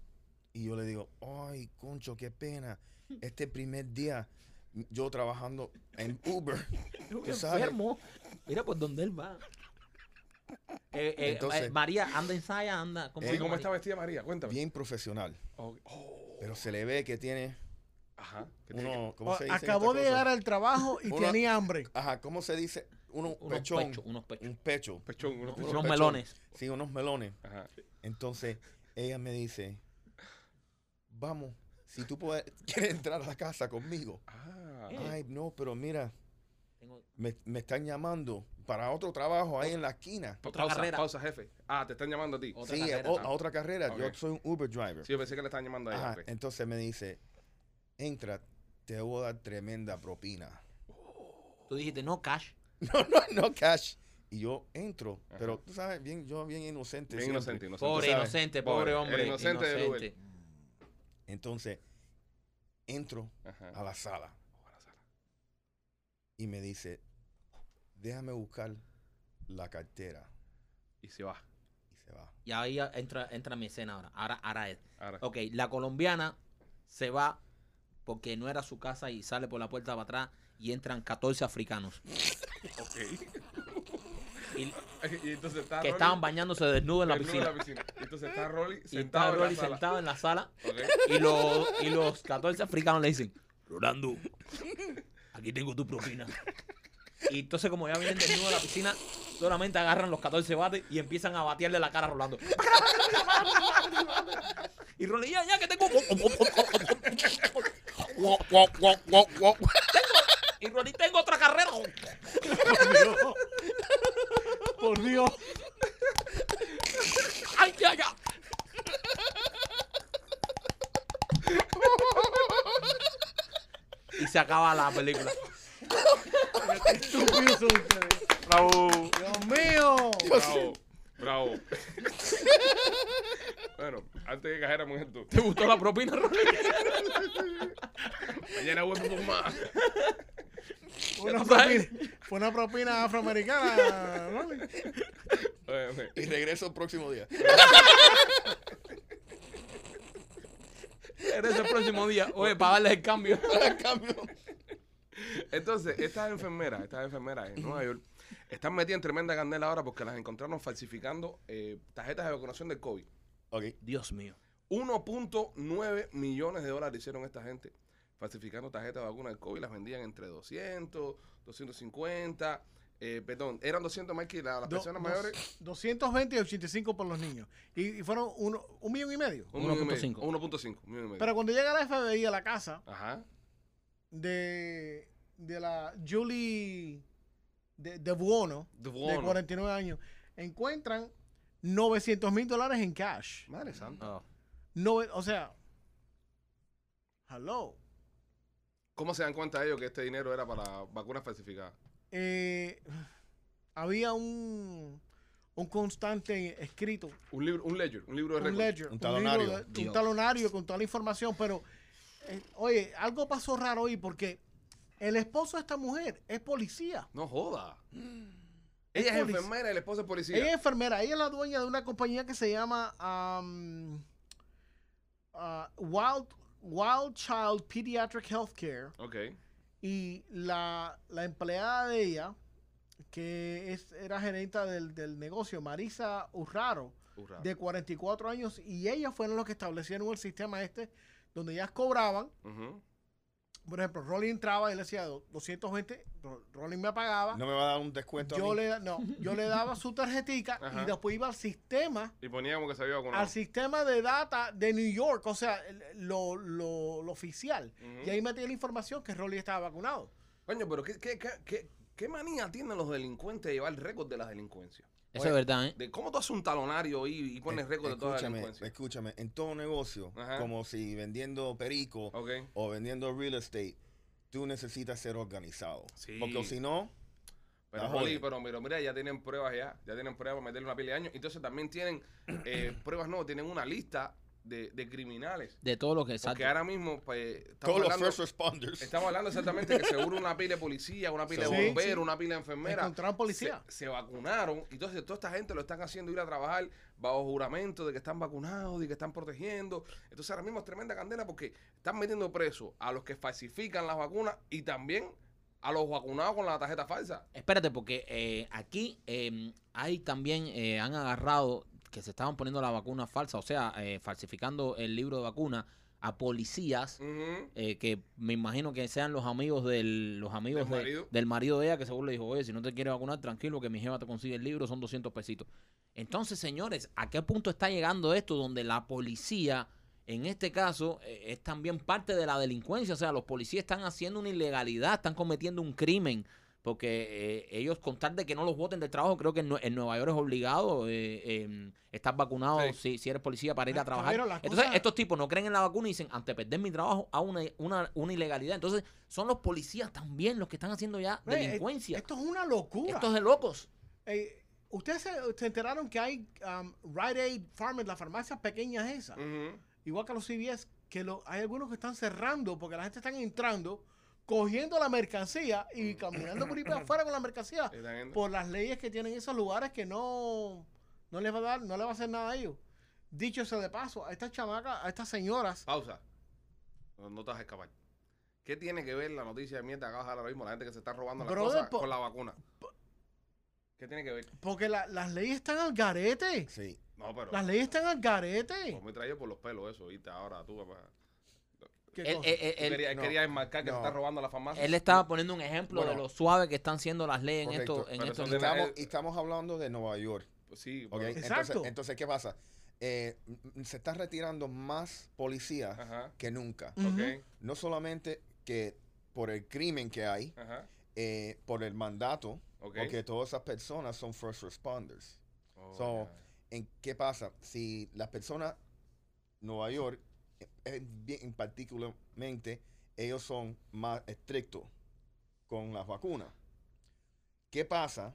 D: Y yo le digo, ay, concho, qué pena. Este primer día yo trabajando en Uber.
B: un
D: tú sabes.
B: enfermo. Mira por dónde él va. Eh, eh,
D: Entonces-
B: eh, María, anda ensaya, anda. ¿Cómo,
D: Eh,
A: ¿Y
B: anda
A: cómo está
B: María?
A: vestida María? Cuéntame.
D: Bien profesional.
A: Ok. Oh,
D: Pero se le ve que tiene
A: ajá. ¿Qué tiene
D: uno, ¿cómo se dice
C: Oh, Acabó
D: esta
C: de
D: cosa?
C: llegar al trabajo y
D: Una-
C: tenía hambre.
D: Ajá, ¿cómo se dice? Uno,
B: Unos
D: pechón.
B: pechos, unos pechos.
D: Un pecho.
A: que- Pechón, unos
B: Unos
A: pechón.
D: pechón.
B: melones.
D: Sí, unos melones.
A: Ajá.
D: Entonces, ella me dice, vamos, si tú puedes, quieres entrar a la casa conmigo.
A: Ah.
B: Eh.
D: Ay, no, pero mira,
B: Tengo
D: me, me están llamando para otro trabajo ahí en la esquina.
A: Pa-
B: Otra
A: pausa,
B: carrera.
A: pausa, jefe. Ah, te están llamando a ti.
B: Otra
D: sí,
B: carrera.
D: o- a otra carrera. Yo
A: Ok.
D: soy un Uber driver.
A: Sí, yo pensé que le estaban llamando a ella.
D: Ajá, este
A: ok.
D: entonces me dice, entra, te voy a dar tremenda propina.
B: Tú dijiste, no, cash.
D: No, no, no, cash. Y yo entro,
A: Ajá.
D: pero tú sabes, bien, yo bien inocente.
A: Bien
D: siempre.
A: inocente, inocente.
B: Pobre
D: sabes,
B: inocente,
A: pobre,
B: pobre
A: el
B: hombre.
A: inocente del Uber.
B: inocente.
D: Entonces, entro
A: Ajá.
D: a la sala y me dice, déjame buscar la cartera.
A: Y se va.
D: Y se va.
B: Y ahí entra, entra mi escena ahora. Ahora, ahora es.
A: Ahora.
B: Ok, la colombiana se va porque no era su casa y sale por la puerta para atrás y entran 14 africanos
A: Ok.
B: y-
A: y entonces está
B: que
A: Rolly
B: estaban bañándose desnudos en la
A: desnudo en
B: piscina.
A: la piscina. Y Entonces está Rolly
B: Y estaba
A: sentado en la
B: Rolly
A: sala.
B: sentado en la sala
A: Ok.
B: y, los- y los 14 africanos le dicen, Rolando, aquí tengo tu propina. Y entonces como ya vienen desnudos de la piscina, solamente agarran los 14 bates y empiezan a batearle la cara a Rolando. Y Rolly, ya, ya que tengo... Y Rolly, tengo otra carrera.
C: Por Dios.
B: Ay, ya, ya. Y se acaba la película.
C: Estúpidos son ustedes.
E: Bravo.
C: Dios mío.
A: Bravo. Bravo. bueno, antes de que cajéramos esto,
B: ¿Te gustó la propina, Rolly?
A: mañana vuelvo con más.
C: Fue una
B: tú sabes.
C: propina, fue una propina afroamericana. ¿no?
A: Óyeme,
D: Y regreso el próximo día.
B: Regresa el próximo día. Oye, para darles el cambio.
D: cambio.
A: Entonces, estas enfermeras, estas enfermeras en Nueva York, están metidas en tremenda candela ahora porque las encontraron falsificando eh, tarjetas de vacunación del COVID.
D: Ok.
B: Dios mío.
A: 1.9 millones de dólares hicieron esta gente falsificando tarjetas de vacuna del COVID. Las vendían entre 200, 250. eh, perdón, eran 200 más que la- las
C: Do-
A: personas
C: dos-
A: mayores.
C: 220 y 85 por los niños. Y, y fueron uno, un millón y medio.
A: un millón y medio,
B: 1.5.
A: 1.5. un millón y medio.
C: Pero cuando llega la FBI a la casa
A: Ajá.
C: de, de la Julie de, de Buono,
A: De
C: de 49 años, encuentran 900 mil dólares en cash.
A: Madre santa.
B: Oh.
C: No, o sea, hello.
A: ¿Cómo se dan cuenta ellos que este dinero era para vacunas falsificadas?
C: Eh, había un, un constante escrito,
A: Un libro, un ledger, un libro de
C: un
A: récord.
C: ledger,
D: Un
C: un,
D: talonario.
C: libro de- un
B: Dios.
C: talonario con toda la información, pero eh, oye, algo pasó raro hoy porque el esposo de esta mujer es policía.
A: No joda.
C: Mm. Es
A: Ella es
C: polic-
A: enfermera y el esposo es policía.
D: ah.
C: Ella es enfermera, ella es la dueña de una compañía que se llama am, ah, Wild, Wild Child Pediatric Healthcare.
A: Ok.
C: Y la, la empleada de ella, que es, era gerente del, del negocio, Marisa Urraro,
D: Ah.
A: Hurra.
C: de 44 años, y ellas fueron los que establecieron el sistema este, donde ellas cobraban.
A: Ujú.
C: Por ejemplo, Rolly entraba y le decía do- 220, Ro- Rolly me pagaba.
D: No me va a dar un descuento. a
C: yo,
D: mí?
C: le, da- no, yo le daba su tarjetica
A: Ajá.
C: y después iba al sistema
A: Y ponía como que se había vacunado.
C: al sistema de data de New York, o sea, el- lo, lo- lo oficial.
A: Ujú.
C: Y ahí metí la información que Rolly estaba vacunado.
A: Coño, pero ¿qué, qué, qué, qué, qué manía tienen los delincuentes de llevar el récord de la delincuencia?
B: Eso es verdad, ¿eh?
A: De ¿Cómo tú haces un talonario y, y pones
D: Eh,
A: récord de toda la
D: escúchame,
A: delincuencia?
D: Escúchame, en todo negocio,
A: Ajá.
D: como si vendiendo perico
A: Ok.
D: o vendiendo real estate, tú necesitas ser organizado.
A: Sí.
D: Porque si no,
A: Pero,
D: La
A: Rolly,
D: joden.
A: pero mira, mira, ya tienen pruebas ya. Ya tienen pruebas para meterle una pila de años. Entonces también tienen eh, pruebas, no, tienen una lista de, de criminales.
B: De todo lo que exacto.
A: Porque ahora mismo pues, estamos
D: todos los
A: hablando,
D: first responders.
A: estamos hablando exactamente que seguro una pila de policía, una pila
C: Sí,
A: de
C: sí.
A: bomberos, una pila de enfermeras.
C: Encontraron policía.
A: Se, se vacunaron. y Entonces, toda esta gente lo están haciendo ir a trabajar bajo juramento de que están vacunados, de que están protegiendo. Entonces, ahora mismo es tremenda candela porque están metiendo preso a los que falsifican las vacunas y también a los vacunados con la tarjeta falsa.
B: Espérate, porque eh, aquí eh, hay también, eh, han agarrado que se estaban poniendo la vacuna falsa, o sea, eh, falsificando el libro de vacuna a policías.
A: Ujú.
B: eh, que me imagino que sean los amigos del los amigos
A: Del
B: de-
A: marido.
B: del marido de ella que seguro le dijo oye si no te quieres vacunar tranquilo que mi jeva te consigue el libro son 200 pesitos entonces señores a qué punto está llegando esto donde la policía en este caso eh, es también parte de la delincuencia o sea los policías están haciendo una ilegalidad están cometiendo un crimen porque eh, ellos con tal de que no los voten del trabajo creo que en, Nue- en Nueva York es obligado eh, eh, estar vacunado
A: Sí.
B: si, si eres policía para ir a
C: Ay,
B: trabajar
C: Pues, cabrón, las
B: entonces
C: cosas-
B: estos tipos no creen en la vacuna y dicen, ante perder mi trabajo, a una, una, una ilegalidad. Entonces, son los policías también los que están haciendo ya
C: Oye,
B: delincuencia.
C: eh, Esto es una locura.
B: Esto es de locos.
C: Eh, Ustedes se, se enteraron que hay um, Rite Aid Farmers, las farmacias pequeñas esas,
A: Ujú.
C: igual que los CVS, que lo, hay algunos que están cerrando porque la gente está entrando, cogiendo la mercancía
A: Mm.
C: y caminando por ahí para afuera con la mercancía.
A: Esta gente.
C: por las leyes que tienen esos lugares que no, no les va a dar, no les va a hacer nada a ellos. Dicho sea de paso, a estas chamacas, a estas señoras,
A: Pausa. No, no te vas a escapar. ¿Qué tiene que ver la noticia de mierda que acabas de dar ahora mismo? La gente que se está robando las
C: Brother,
A: cosas
C: po-
A: con la vacuna. ¿Qué tiene que ver?
C: porque la- las leyes están al garete.
D: Sí.
A: No, pero.
C: Las leyes están al garete.
A: Pues me traía por los pelos eso, ¿viste? Ahora tú, papá.
C: ¿Qué
B: Él,
C: cosa?
B: él- él-
A: Tú
B: él-
A: querías-
D: no,
A: querías enmarcar que
D: no.
A: se está robando la farmacia.
B: él estaba poniendo un ejemplo de
D: Bueno.
B: lo suave que están siendo las leyes en
D: Correcto,
B: esto. En
A: pero
B: esto.
A: son de-
D: Estamos,
A: el-
D: y estamos hablando de Nueva York.
A: Pues Sí,
D: ¿ok?
A: pero-
D: Entonces,
C: Exacto.
D: entonces, ¿qué pasa? Eh, m- m- se están retirando más policías
A: Ajá.
D: que nunca.
C: Ujú.
A: Ok.
D: No solamente que por el crimen que hay,
A: Ajá.
D: eh, por el mandato,
A: Ok.
D: porque todas esas personas son first responders.
A: Oh,
D: So,
A: ya.
D: ¿En qué pasa? Si las personas, Nueva York, eh, eh, bien- en particularmente, ellos son más estrictos con las vacunas. ¿Qué pasa?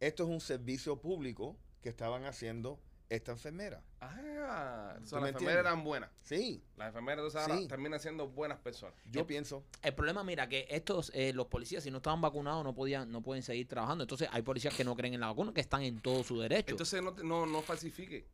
D: Esto es un servicio público que estaban haciendo esta enfermera.
A: Ah, so
D: ¿Tú me
A: las enfermeras
D: entiendes?
A: eran buenas.
D: Sí,
A: Las enfermeras, entonces, ahora
D: Sí.
A: terminan siendo buenas personas.
D: yo
B: Eh,
D: pienso.
B: El problema, mira, que estos, eh, los policías, si no estaban vacunados, no podían, no pueden seguir trabajando. Entonces, hay policías que no creen en la vacuna, que están en todo su derecho.
A: Entonces, no, te- no, no falsifique.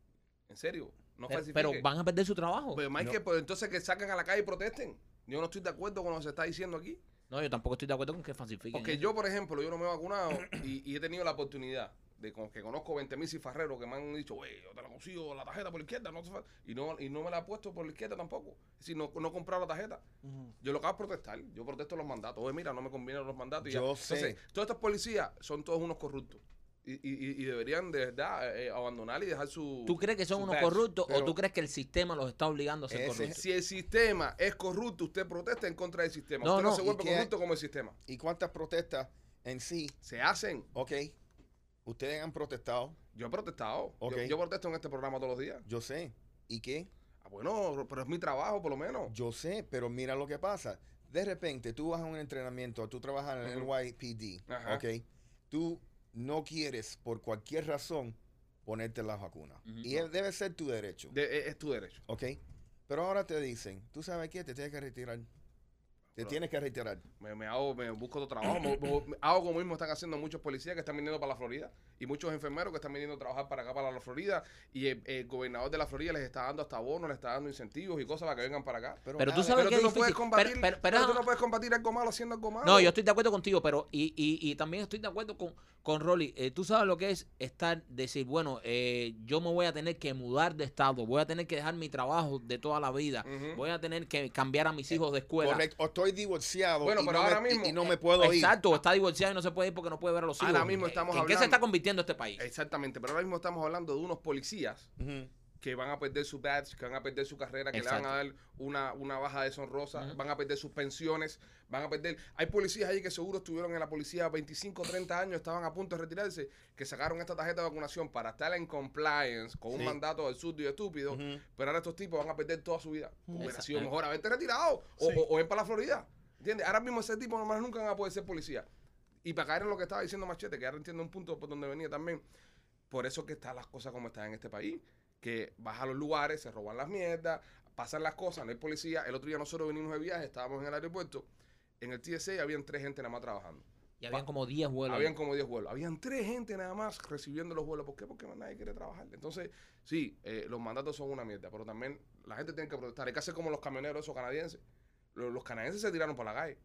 A: En serio. No
B: Pero-
A: falsifique.
B: pero van a perder su trabajo.
A: Pero, Michael, pues, entonces que salgan a la calle y protesten. Yo no estoy de acuerdo con lo que se está diciendo aquí.
B: No, yo tampoco estoy de acuerdo con que falsifiquen.
A: Porque
B: eso.
A: yo, por ejemplo, yo no me he vacunado y, y he tenido la oportunidad de con- que conozco 20.000 cifarreros que me han dicho, güey, yo te la consigo la tarjeta por la izquierda, no hace falta". y no y no me la he puesto por la izquierda tampoco. Es decir, no, no he comprado la tarjeta.
C: Ujú.
A: Yo lo que hago es protestar. Yo protesto los mandatos. Oye, mira, no me convienen los mandatos. y ya.
D: Yo sé.
A: Entonces, todos estos policías son todos unos corruptos. Y, y- y deberían, de verdad, eh, abandonar y dejar su.
B: ¿Tú crees que son
A: su
B: unos
A: badge.
B: corruptos
D: pero-
B: o tú crees que el sistema los está obligando a ser
D: Ese-
B: corruptos?
A: Si el sistema es corrupto, usted protesta en contra del sistema.
B: No,
A: usted no,
B: no,
A: se
D: ¿y
A: vuelve
D: qué-
A: corrupto como el sistema.
D: ¿Y cuántas protestas en sí?
A: Se hacen.
D: Ok, ustedes han protestado,
A: Yo he protestado. Yo-
D: Ok.
A: Yo, protesto en este programa todos los días.
D: yo sé. ¿Y qué?
A: Ah, bueno, pero es mi trabajo, por lo menos.
D: Yo sé, pero mira lo que pasa. De repente, tú vas a un entrenamiento, tú trabajas en el
A: Ujú.
D: NYPD,
A: Ajá.
D: ok. Tú no quieres, por cualquier razón, ponerte las vacunas.
B: Ujú.
D: Y es- debe ser tu derecho,
A: De- e, es, es tu derecho.
D: ok. Pero ahora te dicen, ¿tú sabes qué? Te tienes que retirar. Te
A: Bro.
D: tienes que retirar.
A: Me, me hago, me busco otro trabajo. me- me- me hago como mismo están haciendo muchos policías que están viniendo para la Florida y muchos enfermeros que están viniendo a trabajar para acá, para la Florida. Y el, el gobernador de la Florida les está dando hasta bonos, les está dando incentivos y cosas para que vengan para acá. Pero,
B: Pero tú
D: nada,
B: sabes
A: tú
B: que
A: no
B: es
A: puedes
B: difícil. Pero-
A: combatir,
B: pero- pero-
A: pero tú no puedes combatir algo malo haciendo algo malo.
B: No, yo estoy de acuerdo contigo, pero y, y, y también estoy de acuerdo con, con Rolly. Eh, tú sabes lo que es estar, decir, bueno, eh, yo me voy a tener que mudar de estado, voy a tener que dejar mi trabajo de toda la vida,
A: Ujú.
B: voy a tener que cambiar a mis hijos de escuela.
D: Correcto. O estoy divorciado
A: Bueno,
D: y,
A: pero
D: no
A: ahora
D: me, y-
A: mismo-
D: y no me puedo ir.
B: Exacto, está divorciado y no se puede ir porque no puede ver a los hijos.
A: Ahora mismo estamos
B: ¿En qué se
A: hablando- Eh,
B: está convirtiendo este país?
A: Exactamente, pero ahora mismo estamos hablando de unos policías
D: Ujú.
A: que van a perder su badge, que van a perder su carrera, que le van a dar una, una baja deshonrosa,
B: Ujú.
A: van a perder sus pensiones, van a perder... Hay policías ahí que seguro estuvieron en la policía 25, 30 años, estaban a punto de retirarse, que sacaron esta tarjeta de vacunación para estar en compliance con un
D: Sí.
A: mandato absurdo y estúpido,
D: Ujú.
A: pero ahora estos tipos van a perder toda su vida.
C: Ujú.
A: Hubiera
B: Exacto.
A: sido mejor haberte retirado o,
C: Sí.
A: o- o ir para la Florida. ¿Entiendes? Ahora mismo ese tipo nomás nunca van a poder ser policía. Y para caer en lo que estaba diciendo Machete, que ahora entiendo un punto por donde venía también, por eso que están las cosas como están en este país. Que vas a los lugares, se roban las mierdas, pasan las cosas, no hay policía. El otro día nosotros venimos de viaje, estábamos en el aeropuerto. En el TSA habían tres gente nada más trabajando.
B: Y habían como 10 vuelos.
A: Habían como 10 vuelos. Habían tres gente nada más recibiendo los vuelos. ¿Por qué? Porque más nadie quiere trabajar. Entonces, sí, eh, los mandatos son una mierda, pero también la gente tiene que protestar. Hay que hacer como los camioneros esos canadienses. Lo- Los, canadienses se tiraron por la calle.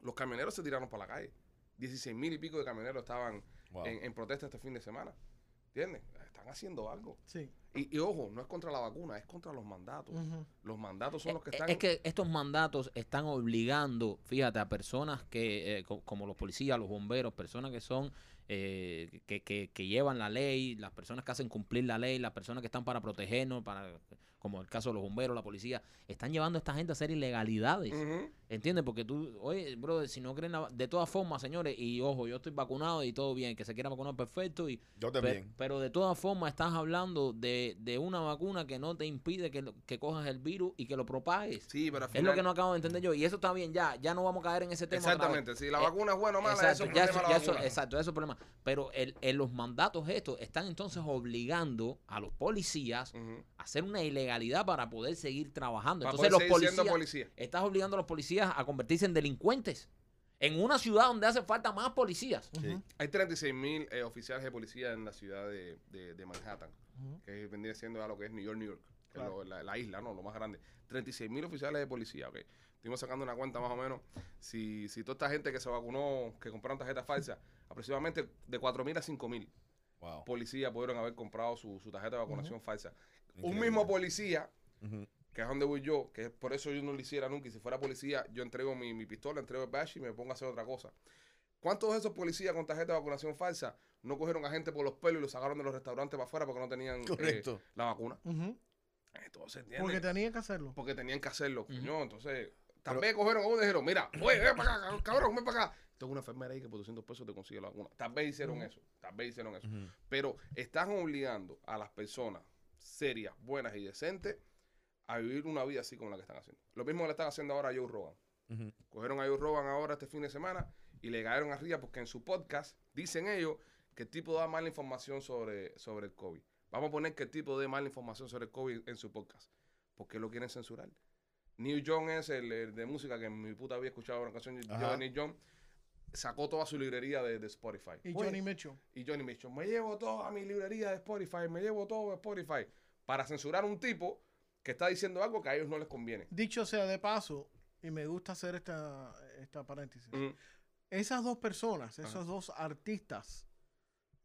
A: Los camioneros se tiraron por la calle. 16 mil y pico de camioneros estaban
D: Wow.
A: en, en protesta este fin de semana. ¿Entiendes? Están haciendo algo.
C: Sí.
A: Y, y ojo, no es contra la vacuna, es contra los mandatos.
C: Ujú.
A: Los mandatos son los que
B: Mm. Eh,
A: están...
B: Es que estos mandatos están obligando, fíjate, a personas que, eh, co- como los policías, los bomberos, personas que son, eh, que, que- que llevan la ley, las personas que hacen cumplir la ley, las personas que están para protegernos, para, como el caso de los bomberos, la policía, están llevando a esta gente a hacer ilegalidades.
A: Ujú.
B: ¿Entiendes? Porque tú, oye, brother, si no creen, la va- de todas formas, señores, y ojo, yo estoy vacunado y todo bien, que se quiera vacunar perfecto y
D: Yo
B: Pe-
D: también.
B: Pero, de todas formas estás hablando de, de una vacuna que no te impide que, lo- que cojas el virus y que lo propagues.
A: Sí, pero al
B: es lo
A: final-
B: que no acabo de entender yo. Y eso está bien, ya, ya no vamos a caer en ese tema. otra vez.
A: Exactamente, si la
B: Eh,
A: vacuna es buena o mala, eso
B: Exacto,
A: es
B: ya
A: problema
B: eso-
A: de la
B: ya eso-
A: vacuna.
B: exacto, eso es problema. Pero el, en los mandatos estos están entonces obligando a los policías
A: Ujú.
B: a hacer una ilegalidad para poder seguir trabajando.
A: Para poder
B: entonces los
A: seguir siendo
B: policías,
A: policía.
B: estás obligando a los policías a convertirse en delincuentes. En una ciudad donde hace falta más policías.
D: Sí.
C: Ujú.
A: Hay 36 mil eh, oficiales de policía en la ciudad de, de- de Manhattan,
C: Ujú.
A: que vendría siendo a lo que es New York, New York, que
C: Claro.
A: es lo- la, la isla, ¿no? Lo más grande. 36 mil oficiales de policía, ok. Estuvimos sacando una cuenta más o menos. Si, si toda esta gente que se vacunó, que compraron tarjetas falsas, aproximadamente de 4 mil a 5 mil
D: Wow.
A: policías pudieron haber comprado su, su tarjeta de vacunación falsa. Un
D: Increíble.
A: mismo Eh. policía
D: Ujú.
A: que es donde voy yo, que es por eso yo no lo hiciera nunca. Y si fuera policía, yo entrego mi, mi pistola, entrego el badge y me pongo a hacer otra cosa. ¿Cuántos de esos policías con tarjeta de vacunación falsa no cogieron a gente por los pelos y los sacaron de los restaurantes para afuera porque no tenían eh,
D: Correcto.
A: la vacuna?
C: Ujú.
A: Entonces, ¿entiendes?
C: Porque
A: Porque,
C: tenían que hacerlo.
A: tenían que hacerlo, coño. Entonces,
D: Pero-
A: también cogieron a uno y dijeron, mira, oye, ven para acá, cabrón, ven para acá. Tengo una enfermera ahí que por 200 pesos te consigue la vacuna. Tal vez hicieron eso, tal vez hicieron eso.
D: Ujú.
A: Pero estás obligando a las personas serias, buenas y decentes a vivir una vida así como la que están haciendo. Lo mismo que le están haciendo ahora a Joe Rogan.
D: Ujú.
A: Cogieron a Joe Rogan ahora este fin de semana y le cayeron arriba porque en su podcast dicen ellos que el tipo da mala información sobre, sobre el COVID. Vamos a poner que el tipo dé mala información sobre el COVID en su podcast. ¿Por qué lo quieren censurar? Neil Young es el, el de música que en mi puta había escuchado una canción yo
D: Ajá.
A: de Neil Young. Sacó toda su librería de, de Spotify.
C: Y
A: Oye,
C: Johnny Mitchell.
A: y Johnny Mitchell, me llevo todo a mi librería de Spotify, me llevo todo a Spotify. para censurar a un tipo que está diciendo algo que a ellos no les conviene.
C: Dicho sea de paso, y me gusta hacer esta, esta paréntesis.
A: Mm.
C: Esas dos personas,
A: Ajá.
C: esos dos artistas,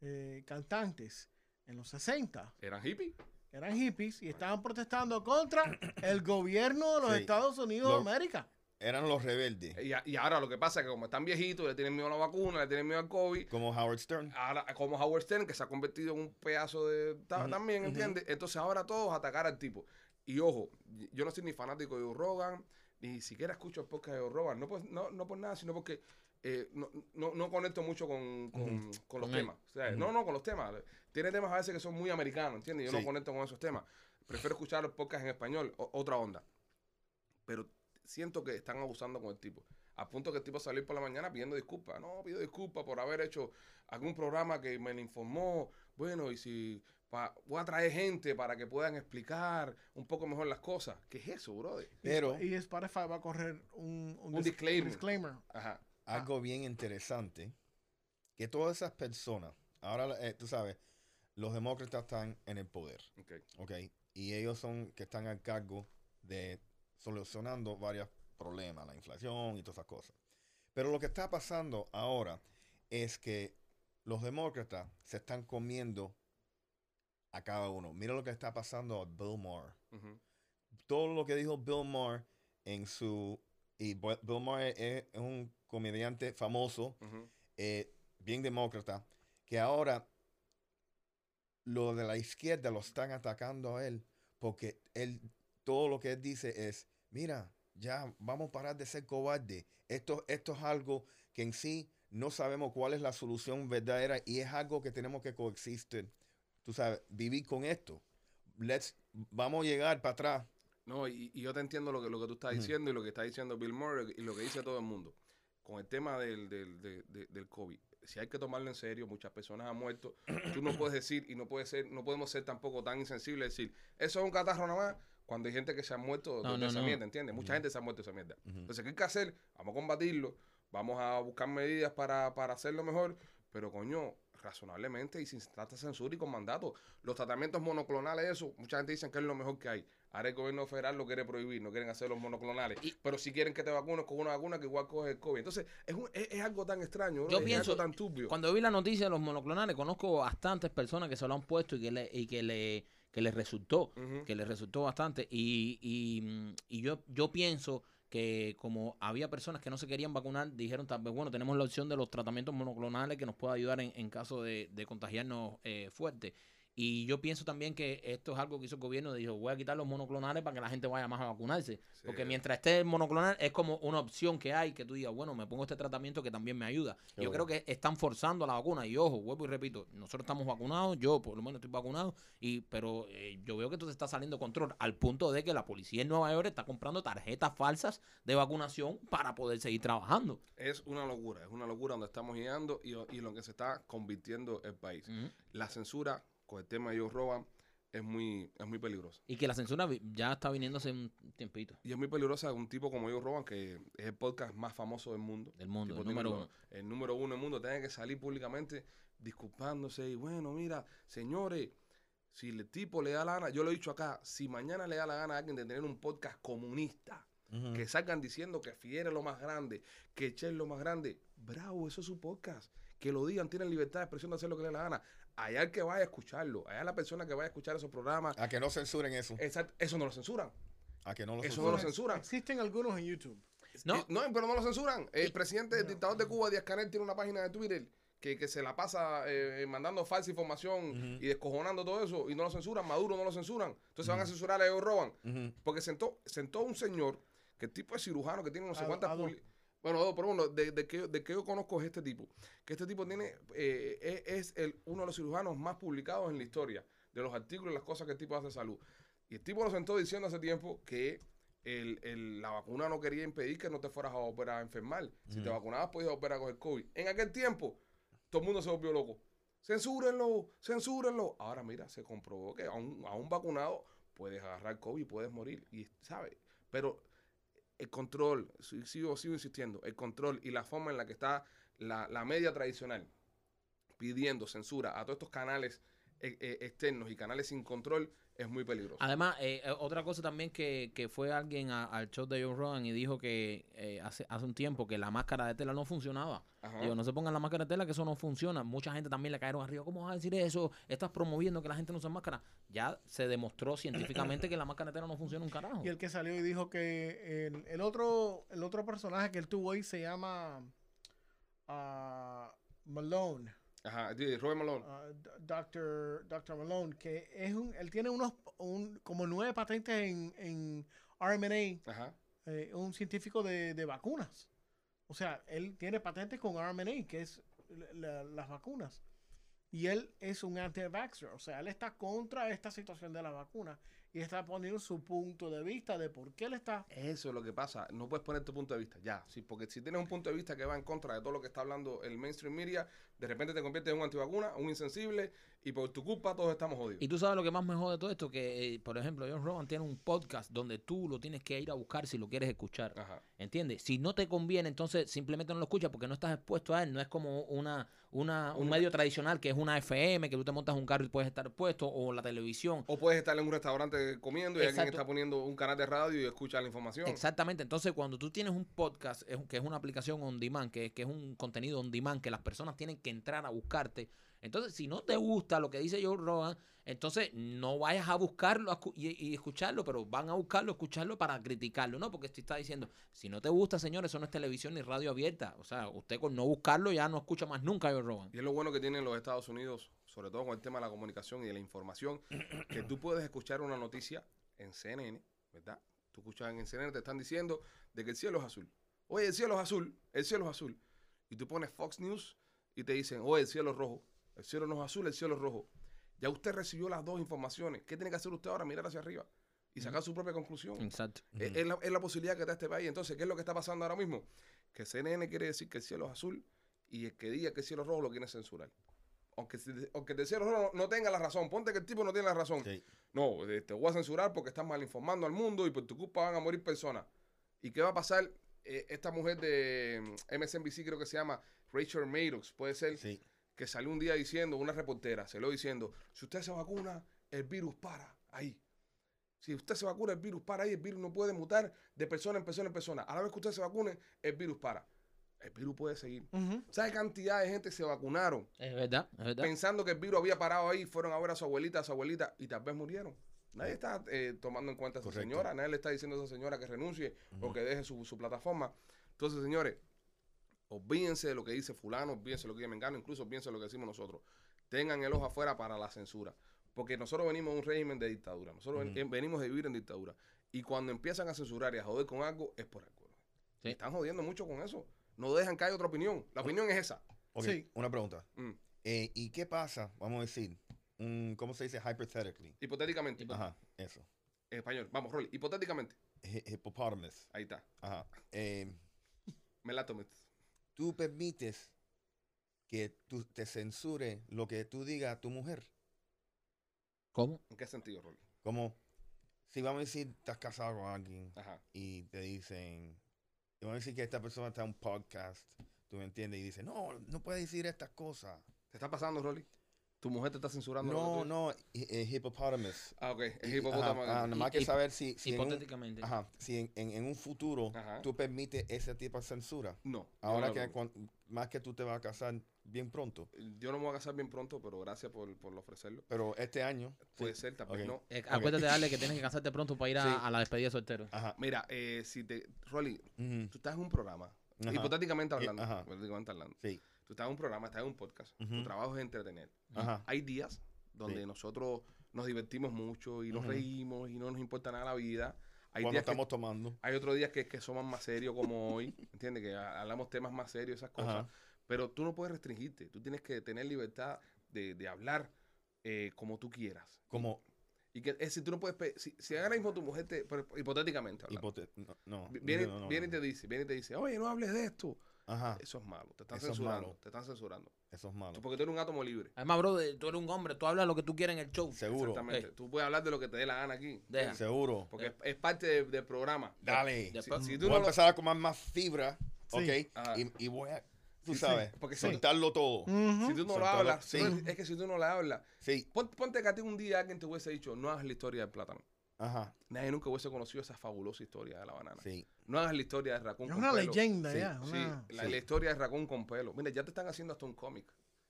C: eh, cantantes, en los 60
A: ¿Eran hippies?
C: eran hippies y estaban protestando contra el gobierno de los
D: Sí.
C: Estados Unidos de
D: Lo-
C: América.
D: Eran los rebeldes,
A: Y, a- y ahora lo que pasa es que como están viejitos, le tienen miedo a la vacuna, le tienen miedo al COVID,
D: como Howard Stern.
A: ahora como Howard Stern, que se ha convertido en un pedazo de... ta-
D: Ujú,
A: También,
D: ujú.
A: ¿entiendes? Entonces ahora todos a atacar al tipo. Y ojo, y- yo no soy ni fanático de Joe Rogan, ni siquiera escucho el podcast de Joe Rogan, no por, no, no por nada, sino porque eh, no, no, no conecto mucho con, con, con los
B: Con él.
A: temas. O sea, No, no, con los temas. Tiene temas a veces que son muy americanos, ¿entiendes? Yo no
D: Sí.
A: conecto con esos temas. Prefiero escuchar los podcasts en español, o- otra onda. Pero siento que están abusando con el tipo. A punto que el tipo salió por la mañana pidiendo disculpas. No, pido disculpas por haber hecho algún programa que me lo informó. Bueno, y si pa- voy a traer gente para que puedan explicar un poco mejor las cosas. ¿Qué es eso, brother?
D: Pero
C: Y Spotify va a correr un,
A: Un
C: dis-
A: disclaimer.
C: disclaimer.
A: Ajá.
D: algo bien interesante, que todas esas personas, ahora eh, tú sabes, los demócratas están en el poder,
A: Ok.
D: ¿ok? Y ellos son que están al cargo de solucionando varios problemas, la inflación y todas esas cosas. Pero lo que está pasando ahora es que los demócratas se están comiendo a cada uno. Mira lo que está pasando a Bill Maher
A: Ujú.
D: todo lo que dijo Bill Maher en su... Y Bu- Bill Maher es, es un comediante famoso,
A: Ujú.
D: eh, bien demócrata, que ahora lo de la izquierda lo están atacando a él porque él, todo lo que él dice es, mira, ya vamos a parar de ser cobarde. Esto, esto es algo que en sí no sabemos cuál es la solución verdadera y es algo que tenemos que coexistir. Tú sabes, vivir con esto. Let's, vamos a llegar para atrás.
A: No, y, y yo te entiendo lo que, lo que tú estás
D: Ujú.
A: diciendo y lo que está diciendo Bill Murray y lo que dice todo el mundo. Con el tema del, del, de- de- del COVID, si hay que tomarlo en serio, muchas personas han muerto. Tú no puedes decir y no puedes ser, no podemos ser tampoco tan insensibles decir, eso es un catarro nada más, cuando hay gente que se ha muerto
B: No,
A: de
B: no,
A: esa
B: no.
A: mierda, ¿entiendes? Mucha
D: Ujú.
A: gente se ha muerto de esa mierda.
D: Ujú.
A: Entonces, ¿qué hay que hacer? Vamos a combatirlo, vamos a buscar medidas para, para hacerlo mejor, pero coño, razonablemente y sin tanta censura y con mandato. Los tratamientos monoclonales, eso, mucha gente dice que es lo mejor que hay. Ahora el gobierno federal lo quiere prohibir, no quieren hacer los monoclonales. pero si quieren que te vacunes con una vacuna que igual coge el COVID. Entonces, es, un- es, es algo tan extraño, ¿no?
B: Yo
A: es
B: pienso-
A: algo tan turbio.
B: Cuando vi la noticia de los monoclonales, conozco bastantes personas que se lo han puesto y que le, y que le, que les resultó,
A: Ujú.
B: que les resultó bastante. Y, y, mm, y yo, yo pienso que como había personas que no se querían vacunar, dijeron tal vez, bueno, tenemos la opción de los tratamientos monoclonales que nos puede ayudar en, en caso de, de contagiarnos eh, fuerte. Y yo pienso también que esto es algo que hizo el gobierno, dijo, voy a quitar los monoclonales para que la gente vaya más a vacunarse.
A: Sí.
B: Porque mientras esté el monoclonal es como una opción que hay que tú digas, bueno, me pongo este tratamiento que también me ayuda. Yo creo
D: Seguro.
B: que están forzando la vacuna y ojo, vuelvo y repito, nosotros estamos vacunados, yo por lo menos estoy vacunado, y pero eh, yo veo que esto se está saliendo de control al punto de que la policía en Nueva York está comprando tarjetas falsas de vacunación para poder seguir trabajando.
A: Es una locura, es una locura donde estamos llegando y, y lo que se está convirtiendo el país.
B: Ujú.
A: La censura con el tema de ellos roban es muy, es muy peligrosa.
B: Y que la censura vi- ya está viniendo hace un tiempito
A: Y es muy peligrosa un tipo como ellos roban, que es el podcast más famoso del mundo.
B: del mundo,
A: tipo
B: el
A: tiene
B: número
A: lo-
B: uno.
A: El número uno del mundo tenga que salir públicamente disculpándose y bueno, mira, señores, si el tipo le da la gana, yo lo he dicho acá, si mañana le da la gana a alguien de tener un podcast comunista,
B: Mm.
D: Ujú.
A: que salgan diciendo que Fidel es lo más grande, que Che es lo más grande, bravo, eso es su podcast. Que lo digan, tienen libertad de expresión de hacer lo que le da la gana. Allá el que vaya a escucharlo, allá la persona que vaya a escuchar esos
B: Ah.
A: programas,
D: A que no censuren eso.
A: esa- eso no lo censuran.
D: A que no lo
A: Eso no
D: censuren.
A: lo censuran.
C: Existen algunos en YouTube.
B: No.
A: Eh, pero no lo censuran. El presidente, el
C: No.
A: dictador de Cuba, Díaz Canel, tiene una página de Twitter que, que se la pasa eh, eh, mandando falsa información
D: Ujú.
A: y descojonando todo eso y no lo censuran. Maduro no lo censuran. Entonces van a censurar a ellos roban.
D: Ujú.
A: Porque sentó, sentó un señor, que el tipo es cirujano, que tiene no sé
C: A-
A: cuántas...
C: a dos.
A: publi- Bueno, a dos, pero bueno, de, de que, yo- de que yo conozco es este tipo. Que este tipo tiene eh, eh, es, el, uno de los cirujanos más publicados en la historia, de los artículos y las cosas que el tipo hace de salud. Y el tipo lo sentó diciendo hace tiempo que el, el- la vacuna no quería impedir que no te fueras a operar a enfermar. Si te
D: Ujú.
A: vacunabas, podías operar a coger COVID. En aquel tiempo, todo el mundo se volvió loco. Censúrenlo, censúrenlo. Ahora mira, se comprobó que a un, a un vacunado puedes agarrar COVID, puedes morir. Y, ¿sabes? Pero el control, si- sigo, sigo insistiendo, el control y la forma en la que está la, la media tradicional pidiendo censura a todos estos canales eh, eh, externos y canales sin control es muy peligroso.
B: Además, eh, eh, otra cosa también que, que fue alguien a- al show de Joe Rogan y dijo que eh, hace, hace un tiempo que la máscara de tela no funcionaba.
C: Ah.
A: Ajá.
B: Digo, no se pongan la máscara de tela, que eso no funciona. Mucha gente también le cayeron arriba. ¿Cómo vas a decir eso? Estás promoviendo que la gente no usa máscara. Ya se demostró científicamente que la máscara de tela no funciona un carajo.
C: Y el que salió y dijo que el, el otro el otro personaje que él tuvo ahí se llama ah, Malone,
A: Ajá, sí, Robert Malone.
C: ah, D- Dr. Dr. Malone, que es un, él tiene unos un- como nueve patentes en, en RMNA,
A: Ajá.
C: eh, un científico de, de vacunas. O sea, él tiene patentes con RMNA, que es la- la- las vacunas. Y él es un anti-vaxxer, o sea, él está contra esta situación de las vacunas y está poniendo su punto de vista de por qué él está
A: Eso es lo que pasa. No puedes poner tu punto de vista. Ya, sí, porque si tienes un punto de vista que va en contra de todo lo que está hablando el mainstream media, de repente te conviertes en un antivacuna, un insensible, y por tu culpa todos estamos jodidos.
B: Y tú sabes lo que más me jode de todo esto, que eh, por ejemplo, John Rogan tiene un podcast donde tú lo tienes que ir a buscar si lo quieres escuchar.
A: Ajá.
B: ¿Entiendes? Si no te conviene, entonces simplemente no lo escuchas porque no estás expuesto a él. No es como una, una, un
A: Una-
B: medio tradicional que es una FM, que tú te montas un carro y puedes estar expuesto, o la televisión.
A: O puedes estar en un restaurante comiendo y alguien
B: Exacto.
A: está poniendo un canal de radio y escucha la información.
B: Exactamente. Entonces, cuando tú tienes un podcast, es un- que es una aplicación on demand, que, que es un contenido on demand, que las personas tienen que entrar a buscarte. Entonces, si no te gusta lo que dice Joe Rogan, entonces no vayas a buscarlo a escu- y, y escucharlo, pero van a buscarlo, escucharlo para criticarlo, ¿no? Porque te está diciendo, si no te gusta, señores, eso no es televisión ni radio abierta. O sea, usted con no buscarlo ya no escucha más nunca a Joe Rogan.
A: Y es lo bueno que tienen los Estados Unidos, sobre todo con el tema de la comunicación y de la información, que tú puedes escuchar una noticia en CNN, ¿verdad? Tú escuchas en CNN, te están diciendo de que el cielo es azul. Oye, el cielo es azul, el cielo es azul. Y tú pones Fox News y te dicen, oye, el cielo es rojo, el cielo no es azul, el cielo es rojo. Ya usted recibió las dos informaciones. ¿Qué tiene que hacer usted ahora? Mirar hacia arriba y sacar su propia conclusión.
B: Exacto.
A: Es, es la, es la posibilidad que da este país. Entonces, ¿qué es lo que está pasando ahora mismo? Que CNN quiere decir que el cielo es azul y el que diga que el cielo es rojo lo quiere censurar. Aunque, si- aunque el cielo es rojo no tenga la razón, ponte que el tipo no tiene la razón.
D: Sí.
A: No, eh, te voy a censurar porque estás mal informando al mundo y por tu culpa van a morir personas. ¿Y qué va a pasar? Eh, esta mujer de mm, MSNBC creo que se llama Rachel Maddox, puede ser
D: Sí.
A: que salió un día diciendo, una reportera, se lo diciendo, si usted se vacuna, el virus para ahí. Si usted se vacuna, el virus para ahí, el virus no puede mutar de persona en persona en persona. A la vez que usted se vacune, el virus para. El virus puede seguir. ¿Sabe cantidad de gente se vacunaron
B: Es verdad, es verdad.
A: pensando que el virus había parado ahí? Fueron a ver a su abuelita, a su abuelita y tal vez murieron. Nadie está eh, tomando en cuenta a esa
D: Correcto.
A: señora, nadie le está diciendo a esa señora que renuncie o que deje su, su plataforma. Entonces, señores, olvídense de lo que dice fulano, olvídense de lo que dice Mengano, incluso olvídense de lo que decimos nosotros. Tengan el ojo afuera para la censura. Porque nosotros venimos de un régimen de dictadura. Nosotros ven- eh, venimos de vivir en dictadura. Y cuando empiezan a censurar y a joder con algo, es por algo.
B: Sí.
A: Están jodiendo mucho con eso. No dejan que haya otra opinión. La opinión es esa.
D: Ok,
C: Sí.
D: una pregunta.
A: Mm.
D: Eh, ¿Y qué pasa? Vamos a decir, un- ¿cómo se dice? Hypothetically.
A: Hipotéticamente.
D: Ajá, eso.
A: En español. Vamos, Rolly. Hipotéticamente.
D: Hi- Hippopotamus.
A: Ahí está.
D: Ajá. Eh,
A: Melatomet.
D: ¿Tú permites que tú te censure lo que tú digas a tu mujer?
B: ¿Cómo?
A: ¿En qué sentido, Rolly?
D: Como, si vamos a decir, estás casado con alguien
A: Ajá.
D: y te dicen, te van a decir que esta persona está en un podcast, ¿tú me entiendes? Y dicen, no, no puedes decir estas cosas.
A: ¿Te está pasando, Rolly? ¿Tu mujer te está censurando? lo
D: No,
A: que tú-
D: no, hi- eh, hippopotamus.
A: Ah, ok. Es
D: Y-
A: hipopótamo.
D: Ajá, ah, ajá, nada más
B: Y-
D: que
B: y-
D: saber si, si en un-
B: Hipotéticamente.
D: Ajá, si en, en- en un futuro
A: Ajá.
D: tú permites ese tipo de censura.
A: No. yo
D: Ahora
A: no
D: que
A: lo-
D: cuan- más que tú te vas a casar bien pronto,
A: Yo no me voy a casar bien pronto, pero gracias por, por ofrecerlo.
D: pero este año.
A: Puede
D: sí.
A: ser, tal vez
D: Ok.
A: no.
B: Eh,
D: Ok.
B: Acuérdate, dale, que tienes que casarte pronto para ir a,
D: Sí.
B: a la despedida de soltero.
D: Ajá.
A: Mira, eh, si te. Rolly,
D: ujú,
A: tú estás en un programa.
D: Ajá. Eh,
A: Hipotéticamente hablando.
D: ajá.
A: hipotéticamente hablando.
D: Sí.
A: Tú estás en un programa, estás en un podcast. Tu
D: Ujú.
A: trabajo es entretener.
D: Ajá.
A: Hay días donde
D: Sí.
A: nosotros nos divertimos mucho y nos
D: Ujú.
A: reímos y no nos importa nada la vida. Hay
D: Cuando
A: días que-
D: estamos tomando.
A: Hay otros días que, que somos más serios como hoy, ¿entiendes? Que ha- hablamos temas más serios, esas cosas.
D: Ajá.
A: Pero tú no puedes restringirte, tú tienes que tener libertad de, de hablar eh, como tú quieras.
D: Como
A: Y que es decir, tú no puedes... pe- Si, si ahora mismo tu mujer te... pero hipotéticamente hablando,
D: hipote- no, no,
A: vi- viene,
D: no, no,
A: viene y
D: no.
A: te dice, viene y te dice, oye, no hables de esto.
D: Ajá.
A: Eso es malo, te están
D: Eso es
A: censurando,
D: malo.
A: te están censurando.
D: Eso es
A: Tú-
D: malo.
A: porque tú eres un átomo libre.
B: Además, bro, tú eres un hombre, tú hablas lo que tú quieras en el show.
D: Seguro.
A: Exactamente.
B: Ey.
A: Tú puedes hablar de lo que te dé la gana aquí.
B: Deja.
D: Seguro.
A: Porque es, es parte de- del programa.
D: Dale. mm,
B: De-
A: Si, si tú
D: Voy
A: no
D: a
A: lo-
D: empezar a comer más fibra.
C: Sí.
D: Ok.
A: Ajá.
D: Y, y voy a. tú
A: Sí, sí,
D: sabes,
A: porque si-
D: soltarlo todo.
C: Ujú.
A: Si tú no lo
D: Soltarlo.
A: hablas,
D: Sí.
A: no- es que si tú no la hablas,
D: Sí,
A: pon- ponte que a ti un día alguien te hubiese dicho, no hagas la historia del plátano.
D: ajá,
A: Nadie nunca hubiese conocido esa fabulosa historia de la banana.
D: sí.
A: No hagas la historia de racón
C: Es
A: con
C: una
A: pelo.
C: leyenda
D: Sí,
C: ya.
A: Sí,
C: una-
A: la,
D: sí.
A: la historia de racón con pelo. Mira, ya te están haciendo hasta un cómic.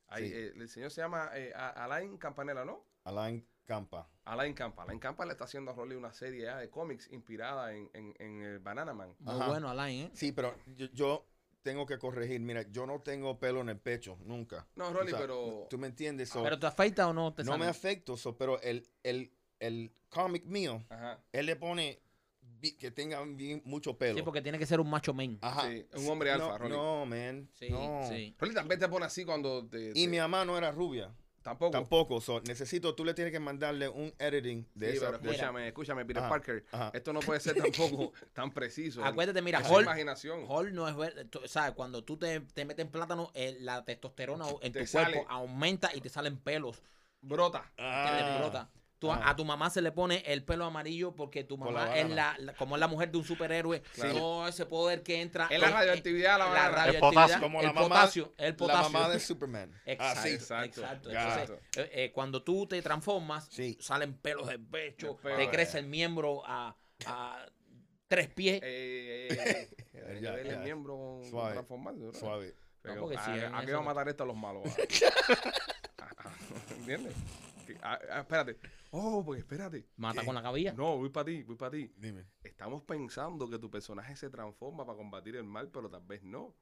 A: Ahí,
D: Sí.
A: eh, el señor se llama eh, A- Alain Campanella, ¿no?
D: Alain Campa.
A: Alain Campa. Alain Campa le está haciendo a Rolly una serie ya de cómics inspirada en, en- en el Banana Man.
B: Muy
D: Ajá.
B: bueno, Alain, ¿eh?
D: Sí, pero yo, yo tengo que corregir. Mira, yo no tengo pelo en el pecho, nunca.
A: No, Rolly,
D: O sea,
A: pero...
D: ¿Tú me entiendes? So,
B: Ah, ¿Pero te afecta o no te
D: no me
B: sale?
D: afecto, so, pero el, el, el cómic mío,
A: Ajá.
D: él le pone bi- que tenga bien mucho pelo.
B: Sí, porque tiene que ser un macho men.
D: Ajá.
A: Sí, un hombre alfa,
D: no,
A: Rolly.
D: No, man.
B: Sí,
D: Ah, no.
B: sí.
A: Rolly también te pone así cuando te...
D: Y
A: te-
D: mi mamá no era rubia.
A: Tampoco.
D: Tampoco. So, necesito, tú le tienes que mandarle un editing
A: Sí,
D: de esa.
A: pero
D: de esa-
A: escúchame, escúchame, Peter
D: Ajá,
A: Parker.
D: ajá.
A: Esto no puede ser tampoco tan preciso.
B: Acuérdate, mira,
A: Es
B: Hulk-
A: imaginación.
B: Hall no es ver- tú- ¿sabes? Cuando tú te, te metes en plátano, eh, la testosterona en
A: Te
B: tu
A: sale.
B: cuerpo aumenta y te salen pelos.
A: Brota.
B: que
D: Ah,
B: le brota. Tú-
D: Ah.
B: A tu mamá se le pone el pelo amarillo porque tu
D: Por
B: mamá
D: la
B: es
D: banana.
B: la, la- como es la mujer de un superhéroe.
A: Claro.
B: Todo ese poder que entra.
A: Es la
B: eh, eh,
A: radioactividad de la
B: la
A: banana.
E: radio- El
B: radioactividad,
E: potasio.
D: Como
B: el
D: la mamá-
B: potasio, el
D: La
B: potasio.
D: mamá de Superman. Ah,
B: Exacto,
D: Así.
A: exacto.
B: Ah, exacto.
A: Claro.
B: Entonces, eh, eh, cuando tú te transformas,
D: Sí.
B: salen pelos del pecho,
A: El pelo,
B: te
A: eh.
B: crece el miembro a, a tres pies.
A: Eh, eh, eh, eh, eh,
D: Ya,
A: el
D: ya.
A: miembro con-
D: Suave.
A: transformarse, ¿verdad?
D: Suave.
A: Pero,
B: No, porque si
A: ¿a-
B: es
A: ¿A qué
B: eso-
A: va a matar esto a los malos? Ah, ah, ¿Entiendes? Que- ah, ah, espérate. Oh, pues espérate.
B: Mata con la cabilla.
A: No, voy para ti, voy para ti.
D: Dime.
A: Estamos pensando que tu personaje se transforma para combatir el mal, pero tal vez no.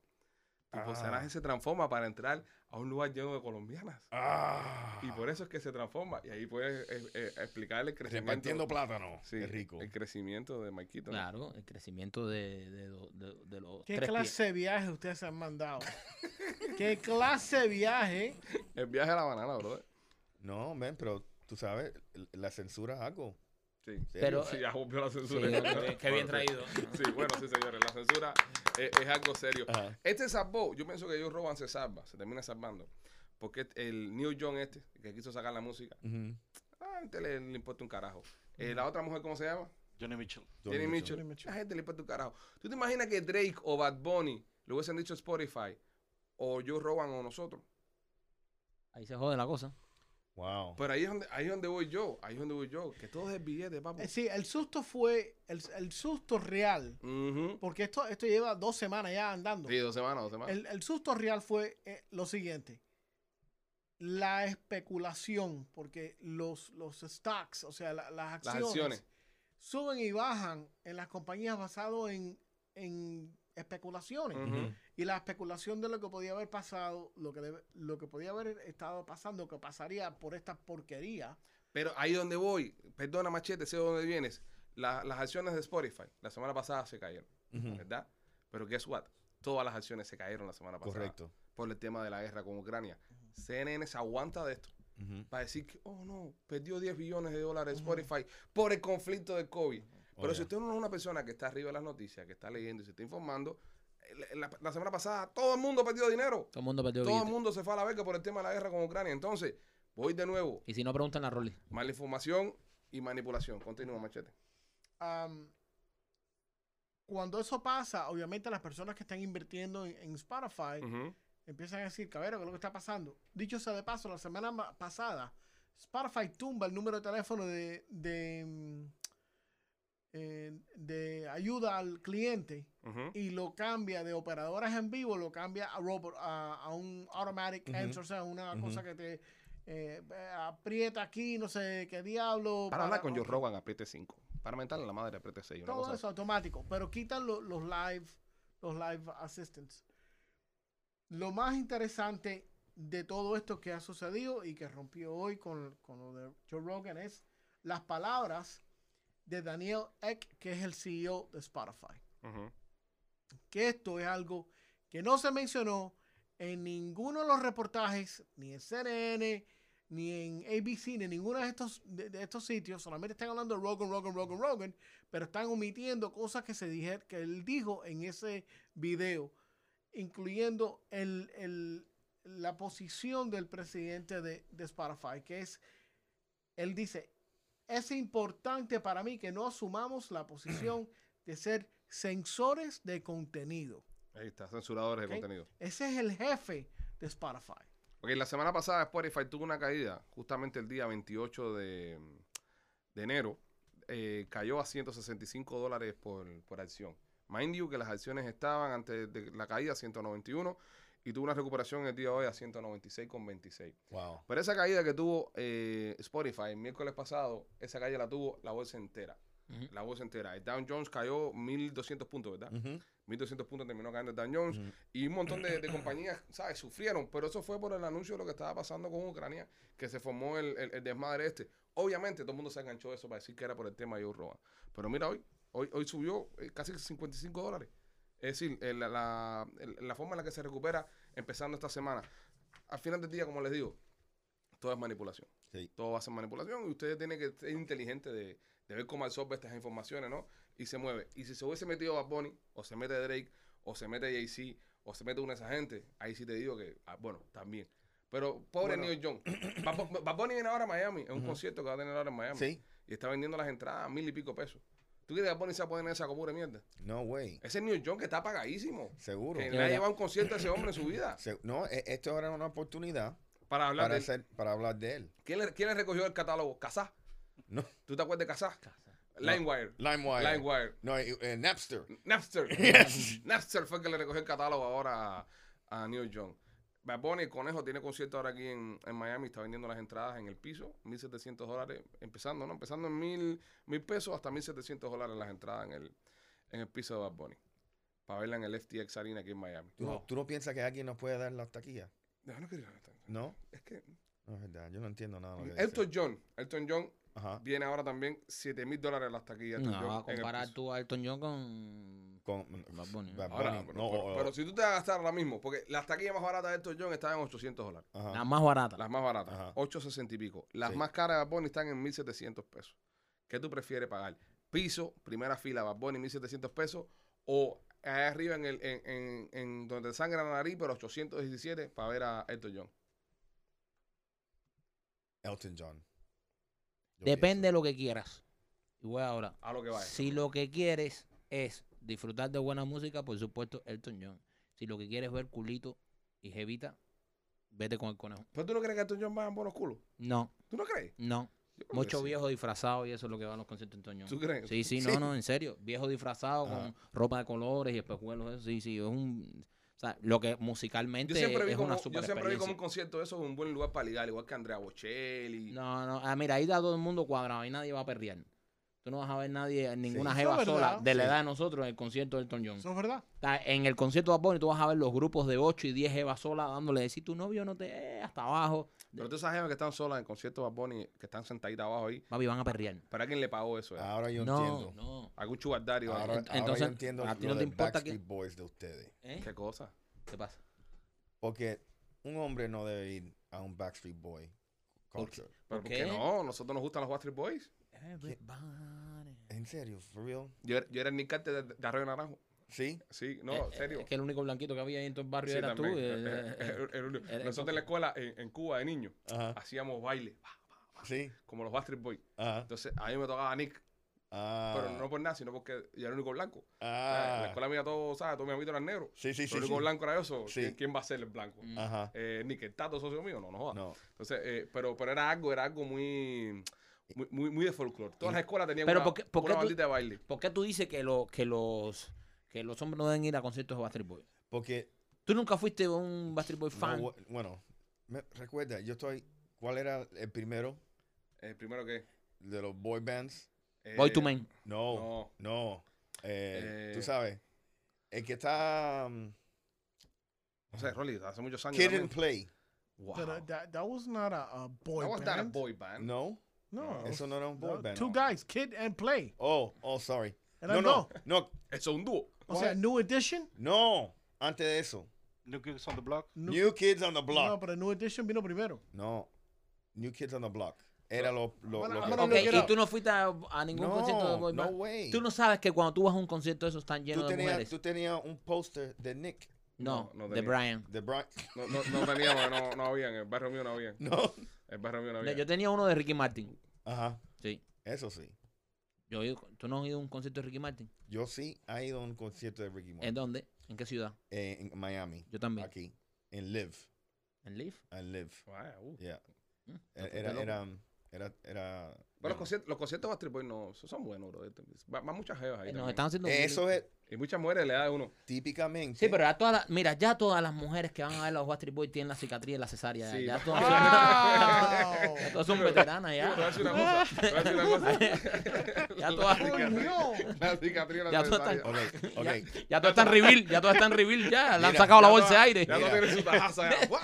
A: Tu
D: Ah.
A: personaje se transforma para entrar a un lugar lleno de colombianas.
D: Ah.
A: Y por eso es que se transforma. Y ahí puedes eh, eh, explicarle el crecimiento.
D: Repartiendo plátano.
A: Sí,
D: Qué rico.
A: El crecimiento de Maikito. ¿no?
B: Claro, el crecimiento de, de, lo- de- de los
C: ¿Qué
B: tres pies.
C: clase de viaje ustedes se han mandado? ¿Qué clase de viaje?
A: El viaje a la banana, brother.
D: No, man, pero tú sabes, l- la censura es algo.
A: Sí.
B: Pero-
A: Sí, ya rompió la
B: Sí,
A: censura.
B: qué- qué bien traído.
A: Sí, bueno, sí, señores. La censura eh, es, algo serio.
D: Ajá.
A: Este salvó. Yo pienso que ellos roban, se salva. Se termina salvando. Porque el New John este, que quiso sacar la música,
D: Ujú.
A: a la gente le, le importa un carajo. Eh, la otra mujer, ¿cómo se llama?
E: Johnny Mitchell.
D: Johnny
A: Jenny
D: Mitchell.
A: Mitchell. La gente le importa un carajo. ¿Tú te imaginas que Drake o Bad Bunny le hubiesen dicho Spotify o yo roban o nosotros?
B: Ahí se jode la cosa.
D: Wow.
A: Pero ahí es donde, ahí es donde voy yo. Ahí es donde voy yo. Que todo es el billete, papo.
C: Eh, Sí, el susto fue, el, el susto real,
A: Ujú.
C: porque esto, esto lleva dos semanas ya andando.
A: Sí, dos semanas, dos semanas.
C: El, el susto real fue eh, lo siguiente. La especulación, porque los, los stocks, o sea, la- las,
A: Las
C: acciones,
A: acciones.
C: suben y bajan en las compañías basado en, en especulaciones.
A: Ujú.
D: Ujú.
C: Y la especulación de lo que podía haber pasado, lo que, debe- lo que podía haber estado pasando, que pasaría por esta porquería.
A: Pero ahí donde voy, perdona Machete, sé de dónde vienes. La- las acciones de Spotify la semana pasada se cayeron,
D: Ujú.
A: ¿verdad? Pero guess what? Todas las acciones se cayeron la semana pasada.
D: Correcto.
A: Por el tema de la guerra con Ucrania. CNN se aguanta de esto
D: Ujú.
A: para decir que, oh no, perdió 10 billones de dólares Spotify por el conflicto del COVID. Pero
D: Oh,
A: si
D: yeah.
A: usted no es una persona que está arriba de las noticias, que está leyendo y se está informando, eh, la, la semana pasada todo el mundo perdió dinero.
B: Todo el mundo perdió
A: Todo el
B: billete.
A: mundo se fue a la verga por el tema de la guerra con Ucrania. Entonces, voy de nuevo.
B: Y si no, preguntan a Rolly.
A: Mala información y manipulación. Continúa, machete.
C: Am, cuando eso pasa, obviamente las personas que están invirtiendo en, en Spotify empiezan a decir, cabrero, ¿qué es lo que está pasando? Dicho sea de paso, la semana ma- pasada, Spotify tumba el número de teléfono de, de, mm, eh, de ayuda al cliente y lo cambia de operadoras en vivo, lo cambia a robot, a, a un automatic
D: Ujú.
C: answer, o sea, una
D: Ujú.
C: cosa que te eh, aprieta aquí, no sé qué diablo.
A: Para hablar con Joe
C: yo
A: Rogan, apriete 5. Para mentarle a la madre, apriete 6. Una
C: todo
A: cosa
C: eso automático, pero quitan lo- los live, los live assistants. Lo más interesante de todo esto que ha sucedido y que rompió hoy con, con lo de Joe Rogan es las palabras de Daniel Eck, que es el CEO de Spotify.
A: Ujú.
C: Que esto es algo que no se mencionó en ninguno de los reportajes, ni en CNN, ni en ABC, ni en ninguno de estos, de, de estos sitios. Solamente están hablando de Rogan, Rogan, Rogan, Rogan, pero están omitiendo cosas que, se dije, que él dijo en ese video, incluyendo el, el- la posición del presidente de, de Spotify, que es, él dice, es importante para mí que no asumamos la posición de ser censores de contenido.
A: Ahí está, censuradores
C: Ok.
A: de contenido.
C: Ese es el jefe de Spotify.
D: Mm.
A: Ok, la semana pasada Spotify tuvo una caída, justamente el día 28 de, de enero, eh, cayó a 165 dólares por, por acción. Mind you que las acciones estaban antes de la caída a 191 y tuvo una recuperación el día de hoy a 196,26.
D: Wow.
A: Pero esa caída que tuvo eh, Spotify el miércoles pasado, esa caída la tuvo la bolsa entera.
B: Ujú.
A: La bolsa entera. El Dow Jones cayó 1.200 puntos, ¿verdad?
D: Ujú.
A: 1.200 puntos terminó cayendo el Dow Jones.
D: Ujú.
A: Y un montón de, de compañías, ¿sabes? Sufrieron, pero eso fue por el anuncio de lo que estaba pasando con Ucrania, que se formó el, el- el desmadre este. Obviamente, todo el mundo se enganchó de eso para decir que era por el tema de Joe Rogan. Pero mira hoy, hoy, hoy subió eh, casi 55 dólares. Es decir, el- la, la- el- la forma en la que se recupera empezando esta semana. Al final del día, como les digo, todo es manipulación.
D: Sí.
A: Todo va a ser manipulación y ustedes tienen que ser inteligentes de, de ver cómo absorbe estas informaciones, ¿no? Y se mueve. Y si se hubiese metido Bad Bunny, o se mete Drake, o se mete Jay-Z, o se mete una de esas gente, ahí sí te digo que, ah, bueno, también. Pero pobre
D: Bueno.
A: Neil Young. Bad Bu- Bad Bunny viene ahora a Miami, es un concierto que va a tener ahora en Miami.
D: Sí.
A: Y está vendiendo las entradas a mil y pico pesos. ¿Tú crees que Bad Bunny se va a poner en esa comura de mierda?
D: No way.
A: Ese Neil Young que está apagadísimo.
D: Seguro.
A: Eh, Que
B: De
A: nadie
B: verdad.
A: va a un concierto a ese hombre en su vida.
D: Se- no, e- esto era una oportunidad
A: Para hablar
D: para,
A: de él.
D: hacer, para hablar de él.
A: ¿Quién le, quién le recogió el catálogo? ¿Casá?
D: No.
A: ¿Tú te acuerdas de Casá? LimeWire.
D: LimeWire.
A: LimeWire.
D: No, y- eh, Napster.
A: Napster. Napster fue el que le recogió el catálogo ahora a, a Neil Young. Bad Bunny, el conejo, tiene concierto ahora aquí en, en Miami. Está vendiendo las entradas en el piso. 1.700 dólares. Empezando, ¿no? Empezando en mil, mil pesos hasta 1.700 dólares las entradas en el, en el piso de Bad Bunny. Para verla en el FTX Arena aquí en Miami.
D: ¿Tú, no. tú no piensas que alguien nos puede dar las taquillas?
A: No, no quería hablar tanto.
D: No.
A: Es que...
D: No, es verdad. Yo no entiendo nada. de lo que dice.
A: Elton John. Elton John
D: Ajá.
A: viene ahora también 7.000 dólares las taquillas. de Elton
B: No,
A: John
B: a
A: en el
B: comparar
A: piso.
B: tú a Elton John con
D: Con,
B: Bad Bunny.
D: Bad
A: Ahora,
D: Bunny,
A: pero,
D: no,
A: pero-
D: o-
A: pero si tú te vas a gastar ahora mismo, porque las taquillas más baratas de Elton John estaban en 800 dólares.
D: ajá.
B: La más barata.
A: Las más baratas,
D: Ajá.
A: 860 y pico. Las
D: Sí.
A: más caras de Bad Bunny están en 1700 pesos. ¿Qué tú prefieres pagar? Piso, primera fila, Bad Bunny, 1700 pesos. O ahí arriba en, el, en, en- en donde te sangra la nariz, pero 817 para ver a Elton John.
D: Elton John. Yo
B: Depende de lo que quieras. Y voy ahora.
A: A lo que vaya.
B: Si lo que quieres es disfrutar de buena música, por supuesto, Elton John. Si lo que quieres es ver culito y jevita, vete con el conejo.
A: ¿Pero tú no crees que Elton John va en buenos culos?
B: No,
A: ¿Tú no crees?
B: no.
A: Yo creo que
B: Muchos
A: sí.
B: viejos disfrazados y eso es lo que van a los conciertos de Elton John.
A: ¿Tú crees?
B: Sí, sí, no, no, en serio. Viejo disfrazado
D: Ajá.
B: con ropa de colores y espejuelos. eso, Sí, sí, es un... O sea, lo que musicalmente
A: Yo siempre, vi
B: es
A: como,
B: una
A: yo
B: super
A: siempre vi como
B: experiencia.
A: un concierto de eso es un buen lugar para ligar, igual que Andrea Bocelli.
B: No, no, ah, mira, ahí está todo el mundo cuadrado, ahí nadie va a perrear. Tú no vas a ver nadie, ninguna
C: Eso es
B: jeva
C: verdad.
B: sola de la
D: Sí.
B: edad de nosotros en el concierto de Elton John.
C: Eso es verdad.
B: O sea, Ah, En el concierto de Bad Bunny tú vas a ver los grupos de 8 y 10 jevas solas dándole decir tu novio no te... eh, hasta abajo.
A: Pero tú sabes que están solas en conciertos de Bad Bunny, que están sentaditas abajo ahí.
B: Papi, van a perrear.
A: ¿Para quién le pagó eso? eh?
D: Ahora yo
B: No,
D: entiendo.
B: no.
A: Algún chubardario.
D: Ah. Ahora,
A: algo.
B: Ent-
D: ahora
B: entonces,
D: yo entiendo
B: ¿a ti
D: lo
B: no te
D: del
B: importa
D: Backstreet
B: que-
D: Boys de ustedes.
B: ¿Eh?
A: ¿Qué cosa?
B: ¿Qué pasa?
D: Porque un hombre no debe ir a un Backstreet Boy
B: ¿Por qué?
D: concert.
A: ¿Pero
B: ¿Por
A: por qué
B: qué?
A: no? Nosotros nos gustan los Backstreet Boys.
B: Everybody.
D: ¿En serio? ¿For real?
A: Yo, era- yo era el Nick Carter de, de Arroyo Naranjo.
D: ¿Sí?
A: Sí, no,
B: Eh,
A: en serio.
B: Es que el único blanquito que había ahí en todo el barrio
A: Sí,
B: era tú.
A: también.
B: eh,
A: Eh, eh,
B: eh, eh.
A: eh, eh,
B: era
A: Nosotros en la escuela, en, en Cuba, de niño,
D: Ajá.
A: hacíamos baile, pa,
D: ¿Sí?
A: como los Backstreet Boys.
D: Ajá.
A: Entonces, a mí me tocaba Nick,
D: Ah.
A: pero no por nada, sino porque yo era el único blanco.
D: Ah.
A: En la escuela mía todos, ¿sabes? Todos mis amigos eran negros.
D: Sí, sí, sí.
A: el único
D: sí.
A: blanco era yo, so,
D: Sí.
A: ¿quién- ¿quién va a ser el blanco?
B: Mm.
D: Ajá.
A: Eh, Nick, el tato socio mío, no, no jodas.
D: No.
A: Entonces, eh, pero, pero era algo, era algo muy, muy, muy, muy de folclore. Todas las escuelas tenían
B: Pero
A: una,
B: ¿por qué- por
A: una
B: qué tú-
A: bandita de baile.
B: ¿Por qué tú dices que, lo- que los que los hombres no deben ir a conciertos de Backstreet Boy?
D: Porque
B: ¿Tú nunca fuiste un Backstreet Boy
D: No,
B: fan?
D: bu- bueno, me- recuerda, yo estoy. ¿Cuál era el primero
A: Eh, primero que...
D: de los boy bands?
A: eh,
B: Boy to Men.
D: No,
A: No.
D: no. eh,
A: Eh,
D: tú sabes, el que está. um,
A: No sé, Rolly, hace muchos años.
D: Kid
A: también.
D: and Play.
A: Wow.
C: Pero that, that was not a, a boy
A: That was not a
C: band.
A: boy band.
D: No,
C: No.
D: eso no era un boy
C: No,
D: band.
C: Two
D: no.
C: guys, Kid and Play.
D: Oh, oh, sorry.
C: Eran
D: No, no,
C: dos.
D: no,
A: Eso es un dúo.
C: O sea,
D: What?
C: New Edition.
D: no. Antes de eso,
E: New Kids on the Block.
C: Nu-
D: New Kids on the
C: No,
D: Block.
C: pero New Edition vino primero.
D: No, New Kids on the Block. Era lo, lo,
C: Bueno,
D: lo que-
C: bueno,
B: Ok,
C: lo que
B: y
C: era-
B: tú no fuiste a, a ningún concierto de
D: No,
B: boy
D: no
B: band.
D: way.
B: Tú no sabes que cuando tú vas a un concierto de esos están llenos
D: Tú
B: de
D: tenías,
B: mujeres.
D: tú tenías un póster de Nick,
B: No,
A: No, no
B: de
A: tenía.
B: Brian.
D: de Brian.
A: No, no, no teníamos, no, no habían. En el barrio mío no habían.
D: No.
A: En el barrio mío no
B: No,
A: habían.
B: yo tenía uno de Ricky Martin.
D: Ajá,
B: Sí.
D: eso sí.
B: Yo, he ido- ¿Tú no has ido a un concierto de Ricky Martin?
D: Yo sí he ido a un concierto de Ricky Martin.
B: ¿En dónde? ¿En qué ciudad?
D: eh, en Miami,
B: Yo también.
D: aquí, en Live,
B: ¿En Leaf?
D: en Live.
A: Wow, uh.
D: Yeah.
B: Mm,
D: Era,
B: bastante
D: era,
B: loco.
D: era, era, era-
A: Pero los
D: bueno.
A: conciertos, los conciertos de Astro Boy no, esos son buenos, bro. Van muchas jevas ahí.
B: Eh, Nos
A: también.
B: están haciendo.
D: Eh, Eso
B: bullying.
D: es
A: Y muchas mujeres le da uno.
D: típicamente.
B: Sí, pero ya todas las, mira, ya todas las mujeres que van a ver los Bastard Boys tienen la cicatriz de la cesárea. ya,
A: Sí,
B: ya
A: va.
B: todas,
D: Ah.
C: ¡Wow!
B: ya todas son veteranas
A: Te voy a
B: ya.
A: decir una cosa. Te voy a decir una cosa.
B: Ya todas-
A: La cicatriz-
C: ¡Coño!
A: La cicatriz la
B: Ya todas
A: cesárea.
D: Ok, ok.
B: Ya, ya todas están reveal, ya todas están reveal ya. Le han
D: Mira,
B: sacado la
A: ya
B: bolsa de
A: todas-
B: aire.
A: Ya no
D: Mira.
A: tiene su tajaza ya. ¡Guau!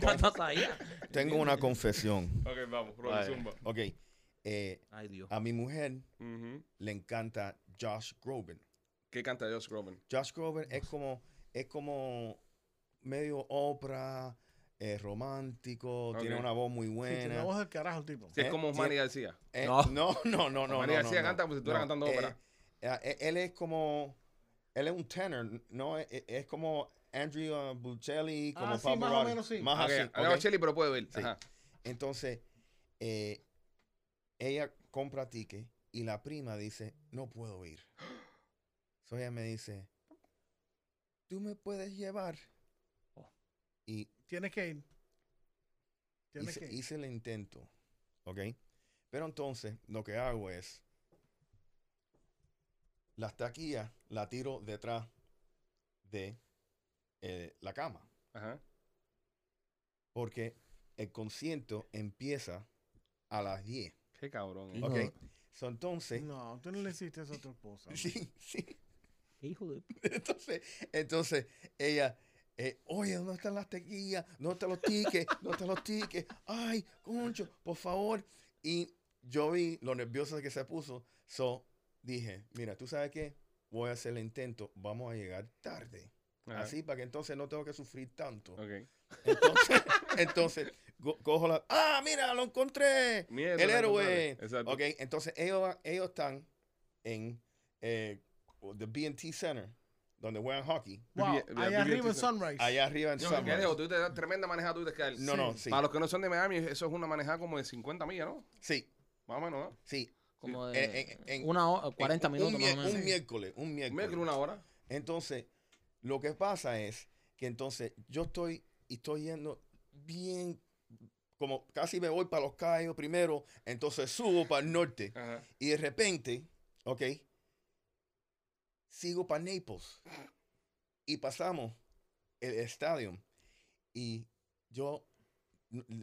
B: Ya todas ahí, ya.
D: Tengo una confesión.
A: Ok, vamos, bro,
E: Vale.
A: zumba.
D: Ok. eh,
B: Ay, Dios.
D: a mi mujer
A: Ujú.
D: le encanta Josh Groban.
A: ¿Qué canta Josh Groban?
D: Josh Groban es como, es como medio Oprah, eh, romántico,
A: Ok.
D: tiene una voz muy
C: Sí, tiene la
D: buena.
C: voz del carajo el tipo.
A: Sí, es
D: Eh,
A: como
D: sí.
A: Manny García.
D: Eh,
B: No.
D: no, no, no, no, no.
A: Manny
D: no,
A: García
D: no.
A: canta como si estuviera
D: No,
A: cantando
D: eh,
A: ópera.
D: eh, él es como, él es un tenor, no, Eh, eh, es como Andrea Bocelli, como
C: Ah, sí,
D: Pavarotti.
C: más o menos, sí.
D: Más
A: Ok,
D: así,
A: ah, no,
D: ok.
A: Cheli, pero puede ver.
D: Sí.
A: Ajá.
D: Entonces, eh, ella compra ticket y la prima dice, no puedo ir. So ella me dice, tú me puedes llevar.
B: Oh.
D: Y
C: Tienes que ir. Tienes
D: hice,
C: que ir.
D: hice el intento, ¿ok? Pero entonces, lo que hago es, las taquillas la tiro detrás de eh, la cama.
A: Ajá.
D: Porque el concierto empieza a las 10.
A: Qué cabrón.
B: Hijo
A: eh.
D: Ok.
B: de-
D: So, entonces,
C: No, tú no le hiciste eso a tu esposa. man.
D: Sí, sí.
B: Hijo de.
D: Entonces, entonces ella, eh, oye, ¿dónde están las tequillas? ¿Dónde están los tickets? ¿Dónde están los tickets? Ay, concho, por favor. Y yo vi lo nerviosa que se puso. So, dije, mira, ¿tú sabes qué? Voy a hacer el intento. Vamos a llegar tarde.
A: Ajá.
D: Así para que entonces no tengo que sufrir tanto.
A: Ok.
D: Entonces, entonces go- cojo la... ¡Ah, mira, lo encontré!
A: Mierda,
D: El
A: la
D: héroe.
A: encontraron. Exacto.
D: Ok, entonces ellos, van- ellos están en eh, the BT Center, donde juegan hockey,
C: Wow,
A: Vivi-
C: allá
A: Vivi-
C: arriba en Sunrise.
D: allá arriba en
A: No,
D: Sunrise.
A: ¿qué digo? Tú te das tremenda manejada, tú te quedas.
D: No, no, sí.
A: Para los que no son de Miami, eso es una manejada como de 50 millas, ¿no?
D: Sí,
A: Más o menos, ¿no?
D: sí.
B: Como
D: En-
B: de.
D: en- en-
B: Eh, una hora, 40
D: Un-
B: minutos
D: un,
B: más o
D: mier-
B: menos.
D: Un miércoles, un miércoles.
A: Menos que una hora.
D: Entonces, lo que pasa es que entonces yo estoy y estoy yendo bien, como casi me voy para los callos primero, entonces subo para el norte
A: Ajá.
D: y de repente, ok, sigo para Naples y pasamos el estadio y yo,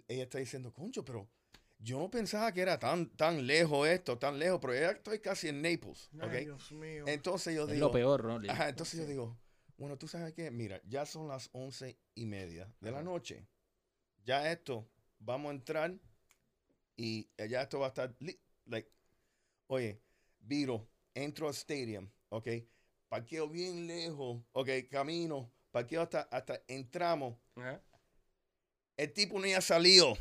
D: ella está diciendo, concho, pero yo no pensaba que era tan, tan lejos esto, tan lejos, pero ya estoy casi en Naples,
C: Ay,
D: ok.
C: Dios mío.
D: Entonces yo
B: Es
D: digo,
B: lo peor, ¿no? Le-
D: Ajá, entonces yo digo, bueno, tú sabes qué, mira, ya son las once y media de la
A: Ajá.
D: noche. Ya esto, vamos a entrar y eh, ya esto va a estar, li- like, oye, viro, entro al stadium, ok, parqueo bien lejos, ok, camino, parqueo hasta, hasta entramos.
A: Ajá.
D: El tipo ni ha salido.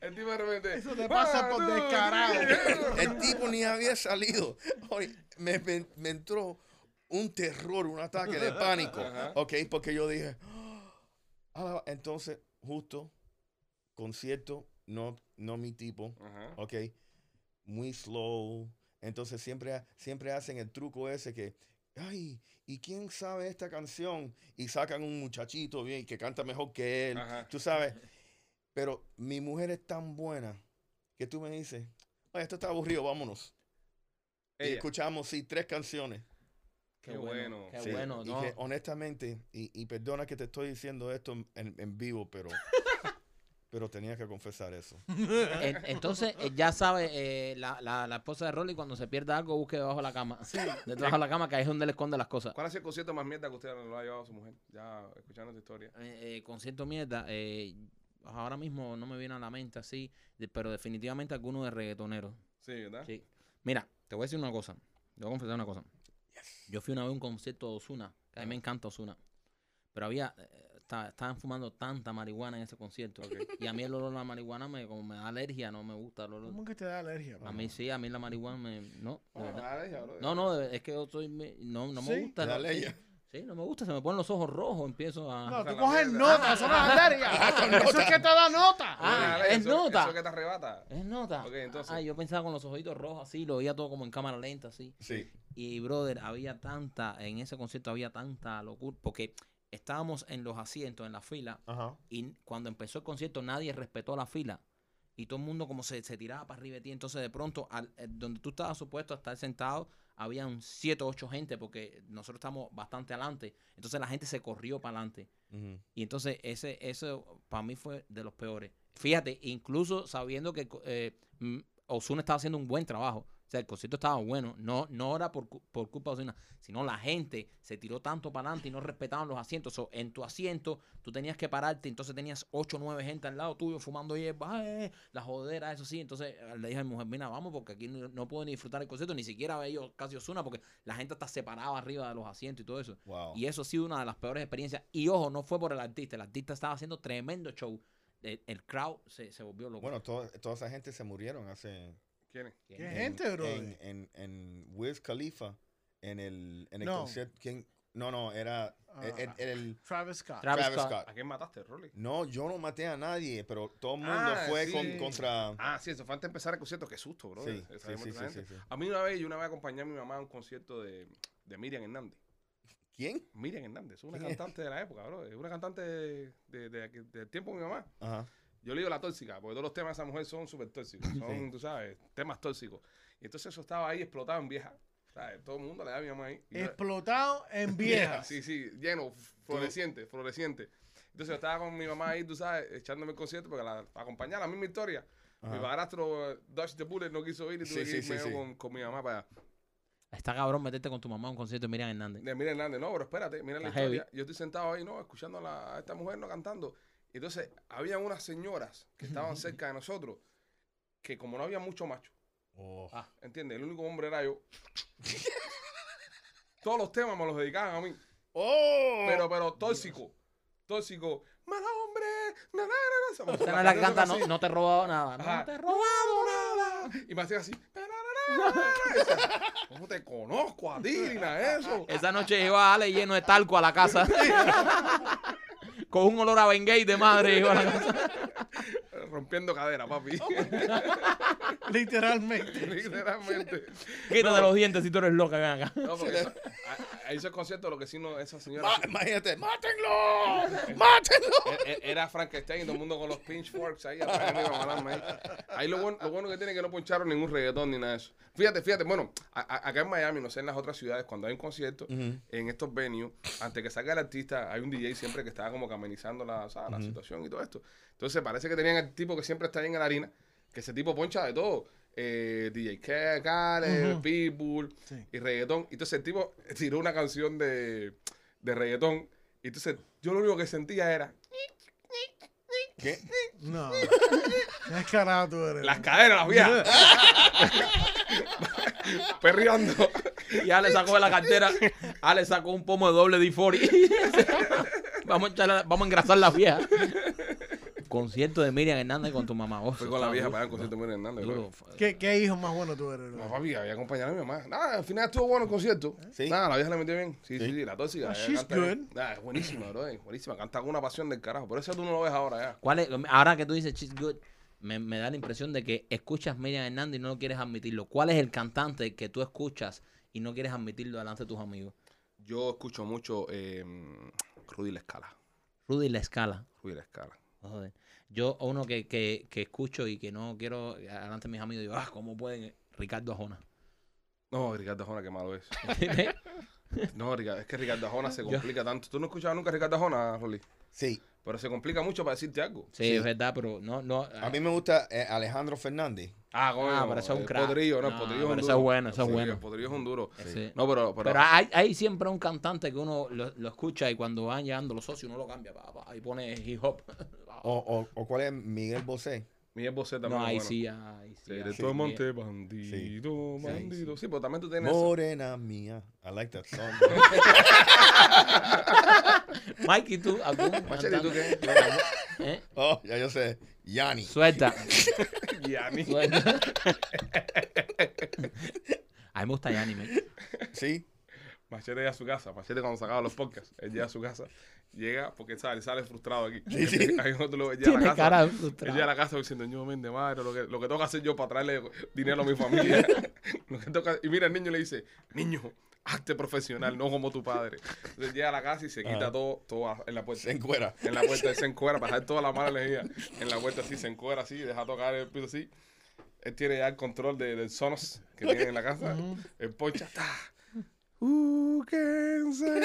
A: El tipo de repente. "Ah,
C: Eso te pasa por descarado.
D: El tipo ni había salido. Oye, me, me- me entró un terror, un ataque de pánico.
A: Ajá.
D: Ok, porque yo dije, "Ah", entonces, justo, concierto, no, no mi tipo.
A: Ajá.
D: Ok, muy slow. Entonces siempre, ha- siempre hacen el truco ese que, ay, ¿y quién sabe esta canción? Y sacan un muchachito bien que canta mejor que él.
A: Ajá.
D: Tú sabes. Pero mi mujer es tan buena que tú me dices, oye, esto está aburrido, vámonos. Y
A: Ella.
D: escuchamos, sí, tres canciones.
A: Qué bueno.
B: Qué
D: Sí,
B: bueno,
D: y
B: ¿no?
D: que honestamente, y, y perdona que te estoy diciendo esto en, en- en vivo, pero, pero tenía que confesar eso.
B: En- Entonces, eh, ya sabe, eh, la, la, la esposa de Rolly, cuando se pierda algo, busque debajo de la cama. Debajo de la cama, que ahí es donde le esconde las cosas.
A: ¿Cuál ha sido el concierto más mierda que usted lo ha llevado a su mujer? Ya escuchando tu historia.
B: Eh, eh, concierto mierda, eh, ahora mismo no me viene a la mente así, de- pero definitivamente alguno de reggaetoneros.
A: Sí, ¿verdad?
B: Sí. Mira, te voy a decir una cosa. Te voy a confesar una cosa. Yo fui una vez a un concierto de Osuna, que a mí me encanta Osuna. Pero había, eh, esta- estaban fumando tanta marihuana en ese concierto. Y a mí el olor a la marihuana me, como me da alergia, no me gusta el olor.
C: ¿Cómo que te da alergia?
B: A
C: man?
B: mí sí, a mí la marihuana me... No, de
A: No,
B: verdad.
A: nada de ella, bro.
B: No, no, de- es que yo soy... me- No, no me
C: ¿Sí?
B: gusta.
D: Te da
B: no,
D: alergia.
B: sí. Sí, no me gusta, se me ponen los ojos rojos, empiezo a...
C: No,
A: Esa
C: tú
A: es la
C: coges
A: mierda. Ah,
C: notas, son las arterias. Eso es que te da nota.
B: Ah,
A: Dale,
B: es
A: eso-
B: nota.
A: Eso que te arrebata.
D: Eh.
B: Es nota.
A: Ok, entonces.
B: Ah, yo pensaba con los ojitos rojos así, lo veía todo como en cámara lenta así.
D: Sí.
B: Y brother, había tanta, en ese concierto había tanta locura, porque estábamos en los asientos, en la fila,
D: Ajá.
B: y cuando empezó el concierto nadie respetó la fila. Y todo el mundo como se, se tiraba para arriba de ti. Entonces de pronto, al- eh, donde tú estabas supuesto a estar sentado, habían siete o ocho gente, porque nosotros estamos bastante adelante. Entonces la gente se corrió para adelante.
D: Ujú.
B: Y entonces ese, eso para mí fue de los peores. Fíjate, incluso sabiendo que eh, mm, Ozuna estaba haciendo un buen trabajo. O sea, el concierto estaba bueno. No, no era por, cu- por culpa de Ozuna, sino la gente se tiró tanto para adelante y no respetaban los asientos. So, en tu asiento tú tenías que pararte, entonces tenías ocho o 9 gente al lado tuyo fumando hierba, eh, la jodera, eso sí. Entonces eh, le dije a mi mujer, mira, vamos porque aquí no, no puedo ni disfrutar el concierto, ni siquiera veo casi Ozuna porque la gente está separada arriba de los asientos y todo eso.
D: Wow.
B: Y eso ha sido una de las peores experiencias. Y ojo, no fue por el artista. El artista estaba haciendo tremendo show. El, el crowd se, se volvió loco.
D: Bueno, todo- toda esa gente se murieron hace.
A: ¿Quién es?
B: ¿Quién?
C: ¿Qué
D: en-
C: gente, bro?
D: En, en, en Wiz Khalifa, en el, en el
C: No.
D: concierto. ¿quién? No, no, era.
C: Ah.
D: e- e- era el
C: Travis Scott.
B: Travis
D: Travis
B: Scott.
D: Scott.
A: ¿A quién mataste, Rolly?
D: No, yo no maté a nadie, pero todo el mundo
A: Ah,
D: fue
A: sí.
D: con- contra.
A: Ah, sí, eso fue antes de empezar el concierto. Qué susto, bro.
D: Sí,
A: Esa
D: sí, sí,
A: muerta
D: sí,
A: gente.
D: sí, sí.
A: A mí una vez, yo una vez acompañé a mi mamá a un concierto de, de Miriam Hernández.
D: ¿Quién?
A: Miriam Hernández, una
D: ¿Quién es?
A: cantante de la época, bro. Es una cantante de, de- de- del tiempo de mi mamá.
D: Ajá.
A: Yo le digo la tóxica, porque todos los temas de esa mujer son súper tóxicos. Son,
D: Sí.
A: tú sabes, temas tóxicos. Y entonces eso estaba ahí explotado en vieja. ¿Sabes? Todo el mundo le da a mi mamá ahí. Y yo-
C: Explotado en viejas.
A: Sí, sí, lleno, floreciente, floreciente. Entonces yo estaba con mi mamá ahí, tú sabes, echándome el concierto porque la, para acompañar la misma historia. Mi
D: Ajá.
A: padrastro eh, Dutch the Bullet no quiso ir y tuve
D: Sí,
A: que
D: sí, sí,
A: irme yo
D: sí.
A: Con, con mi mamá para allá.
B: Está cabrón meterte con tu mamá a un concierto de Miriam Hernández.
A: De, mira Hernández, no, pero espérate, mira la
B: Está heavy.
A: historia. Yo estoy sentado ahí, ¿no? Escuchando a, la- a esta mujer, ¿no? Cantando. Y Entonces, había unas señoras que estaban cerca de nosotros que como no había mucho macho,
D: Oh.
B: Ah.
A: ¿entiendes? El único hombre era yo. Todos los temas me los dedicaban a mí. pero, pero tóxico. Tóxico. Mal hombre. Na, na, na, na.
B: O sea, no la
A: Yo
B: canta,
A: toco
B: no,
A: así.
B: no te he robado nada.
A: Ajá.
B: No te he robado.
A: nada. Y me hacía así. "Na, na, na, na, na". O sea, ¿Cómo te conozco a ti, ni nada de eso?
B: Esa noche llegó a Ale lleno de talco a la casa. con un olor a Bengay de madre llegó a la casa.
A: Rompiendo cadera, papi.
C: Literalmente.
A: Literalmente.
B: Quítate los dientes si tú eres loca, ven acá.
A: No, porque eso- a- a- ahí hizo el concierto, lo que sí no, esa señora.
D: Ma- imagínate, ¡mátenlo! ¡Mátenlo!
A: E- e- Era Frankenstein, todo el mundo con los pinchforks ahí. atrás de mí, para matarme ahí. Ahí lo bueno, lo bueno que tiene es que no poncharon ningún reggaetón ni nada de eso. Fíjate, fíjate, bueno, a- a- acá en Miami, no sé en las otras ciudades, cuando hay un concierto, en estos venues, antes que salga el artista, hay un DJ siempre que estaba como que amenizando la, ¿sabes? la situación y todo esto. Entonces parece que tenían el tipo que siempre está ahí en la harina, que ese tipo poncha de todo. Eh, DJ Khaled,
C: Ujú.
A: Pitbull
C: Sí.
A: y reggaetón. Entonces el tipo tiró una canción de, de reggaetón. Y entonces yo lo único que sentía era
D: ¿Qué?
C: No. Descarado tú eres.
A: Las caderas, las viejas. Perreando.
B: Y Ale sacó de la cartera. Ale sacó un pomo de doble D40. vamos, a echarle- vamos a engrasar la vieja. Concierto de Miriam Hernández con tu mamá. Oh,
A: Fui
B: eso
A: con la
B: estaba
A: vieja
B: duro,
A: para el concierto de Miriam Hernández.
B: duro.
A: bro.
C: ¿Qué, ¿Qué hijo más bueno tú eres,
A: No,
C: bro?
A: papi, había acompañado a mi mamá. Nada, al final estuvo bueno el concierto.
D: Sí.
A: Nada, la vieja la metió bien. Sí, sí,
D: Sí.
A: sí, la tóxica.
C: Ah,
A: ella
C: she's
A: canta bien.
C: good.
A: Nada, es buenísima, bro. Es buenísima. Canta con una pasión del carajo. Por eso tú no lo ves ahora ya.
B: ¿Cuál es- ahora que tú dices She's Good, me, me da la impresión de que escuchas Miriam Hernández y no lo quieres admitirlo. ¿Cuál es el cantante que tú escuchas y no quieres admitirlo delante de tus amigos?
A: Yo escucho mucho eh, Rudy La Escala.
B: Rudy La Escala.
A: Rudy La Escala.
B: Joder. Yo, uno que, que, que escucho y que no quiero delante de mis amigos, digo, ah, ¿cómo pueden? Ricardo Ajona.
A: No, Ricardo Jona, qué malo es. No, Ricardo, es que Ricardo Jona se complica tanto. ¿Tú no escuchabas nunca a Ricardo Jona, Rolly?
D: Sí,
A: Pero se complica mucho para decirte algo.
B: Sí, es verdad, pero no, no.
D: a mí me gusta eh, Alejandro Fernández.
A: Ah, coño.
B: Ah, pero eso es un
A: el
B: crack.
A: Podrillo, no, el
B: No,
A: podrillo es un
B: pero eso
A: duro.
B: es bueno, eso es
A: Sí,
B: bueno.
A: El podrillo es un duro.
B: Sí.
A: No, pero, pero,
B: Pero hay, hay siempre un cantante que uno lo, lo escucha y cuando van llegando los socios uno lo cambia pa, pa, y pone hip hop.
D: O, o, o cuál es Miguel Bosé.
A: Miguel Bosé también
B: no,
A: es
B: ahí
A: bueno.
B: sí, ahí sí.
A: Seré
B: ahí
A: tu
B: sí.
A: amante, bandido,
D: Sí,
A: bandido. Sí, pero también tú tienes...
D: Morena mía. I like that song.
B: Mikey, tú, algún
A: Machete, ¿y tú
B: cantante?
A: qué?
B: ¿Eh?
D: oh, ya yo sé. Yanni.
B: Suelta,
A: Y a mí.
B: suelta. a mí me gusta Yanni, me-
D: Sí.
A: Machete llega a su casa. Machete cuando sacaba los podcasts, él llega a su casa. Llega porque sale, sale frustrado aquí.
D: Sí, sí.
A: Ahí otro lo llega a la
G: Tiene
A: casa.
G: cara de
A: Él
G: frustrado.
A: llega a la casa diciendo, yo men de madre, lo que, lo que toca hacer yo para traerle dinero a mi familia. Lo que toca- Y mira, el niño le dice, niño, hazte profesional, no como tu padre. Entonces llega a la casa y se quita
D: Ah.
A: todo, todo a- en la puerta.
D: Se encuera.
A: En la puerta, él se encuera, para dejar toda la mala energía. En la puerta así, se encuera así, deja tocar el piso así. Él tiene ya el control de- del Sonos que tiene en la casa. El poncha, está. Who can say?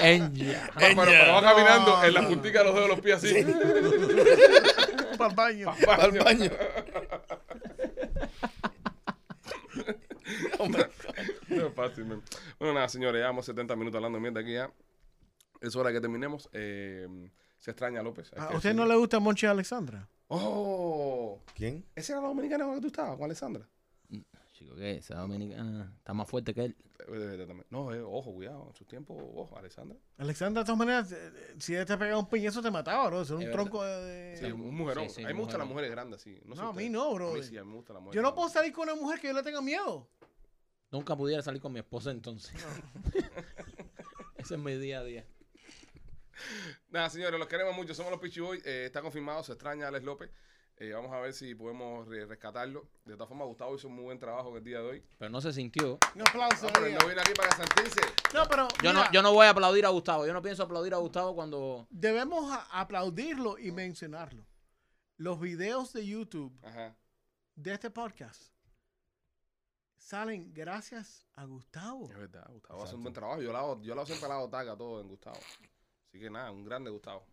G: En ya.
A: Va, Ah, pero, pero va caminando en la puntica de los dedos de los pies así.
C: Para el baño.
D: Para el baño. Oh my God.
A: No es fácil, man. Bueno, nada, señores, llevamos 70 minutos hablando de mierda aquí ya. Es hora que terminemos. Eh, se extraña a López. hay
C: Ah, ¿A
A: que
C: usted no
A: decirlo.
C: le gusta Monchi Alexandra?
A: ¡Oh!
D: ¿Quién?
A: ¿Esa era la dominicana con la que tú estabas, con Alessandra?
G: Chico, ¿qué? Esa dominicana está más fuerte que él.
A: Eh, de verdad también. No, eh, ojo, cuidado. En su tiempo, ojo, Alessandra.
C: Alexandra, de todas maneras, eh, eh, si él te pegaba un piñazo te mataba, bro. Eso era
B: Es
C: un
B: verdad.
C: tronco de...
A: Sí, un mujerón.
B: sí, sí,
A: a mí me gustan
B: mujerón.
A: las mujeres grandes, sí. No, sé
C: No, a
A: ustedes.
C: mí no, bro.
A: A mí sí, a mí me gustan las mujeres
C: Yo no puedo
A: grandes.
C: salir con una mujer que yo le tenga miedo.
B: Nunca pudiera salir con mi esposa entonces. Ese es mi día a día.
A: Nada, señores, los queremos mucho. Somos los Pichi Boys. Eh, está confirmado, se extraña a Alex López. Eh, vamos a ver si podemos re- rescatarlo. De todas formas, Gustavo hizo un muy buen trabajo en el día de hoy.
B: Pero no se sintió.
C: Un aplauso.
A: No, pero él
C: María.
A: no vino aquí para sentirse.
C: No, pero
B: Yo no,
C: mira,
B: yo no voy a aplaudir a Gustavo. Yo no pienso aplaudir a Gustavo cuando.
C: debemos a- aplaudirlo y mencionarlo. Los videos de YouTube
A: Ajá.
C: de este podcast salen gracias a Gustavo.
A: Es verdad, Gustavo hace un buen trabajo. Yo le hago, yo le hago siempre la otaca todo en Gustavo. Así que nada, un grande Gustavo.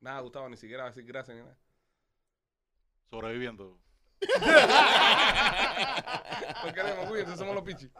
A: Nada, Gustavo, ni siquiera decir gracias ni nada.
E: Sobreviviendo.
A: Los queremos, cuídense, somos los pichis.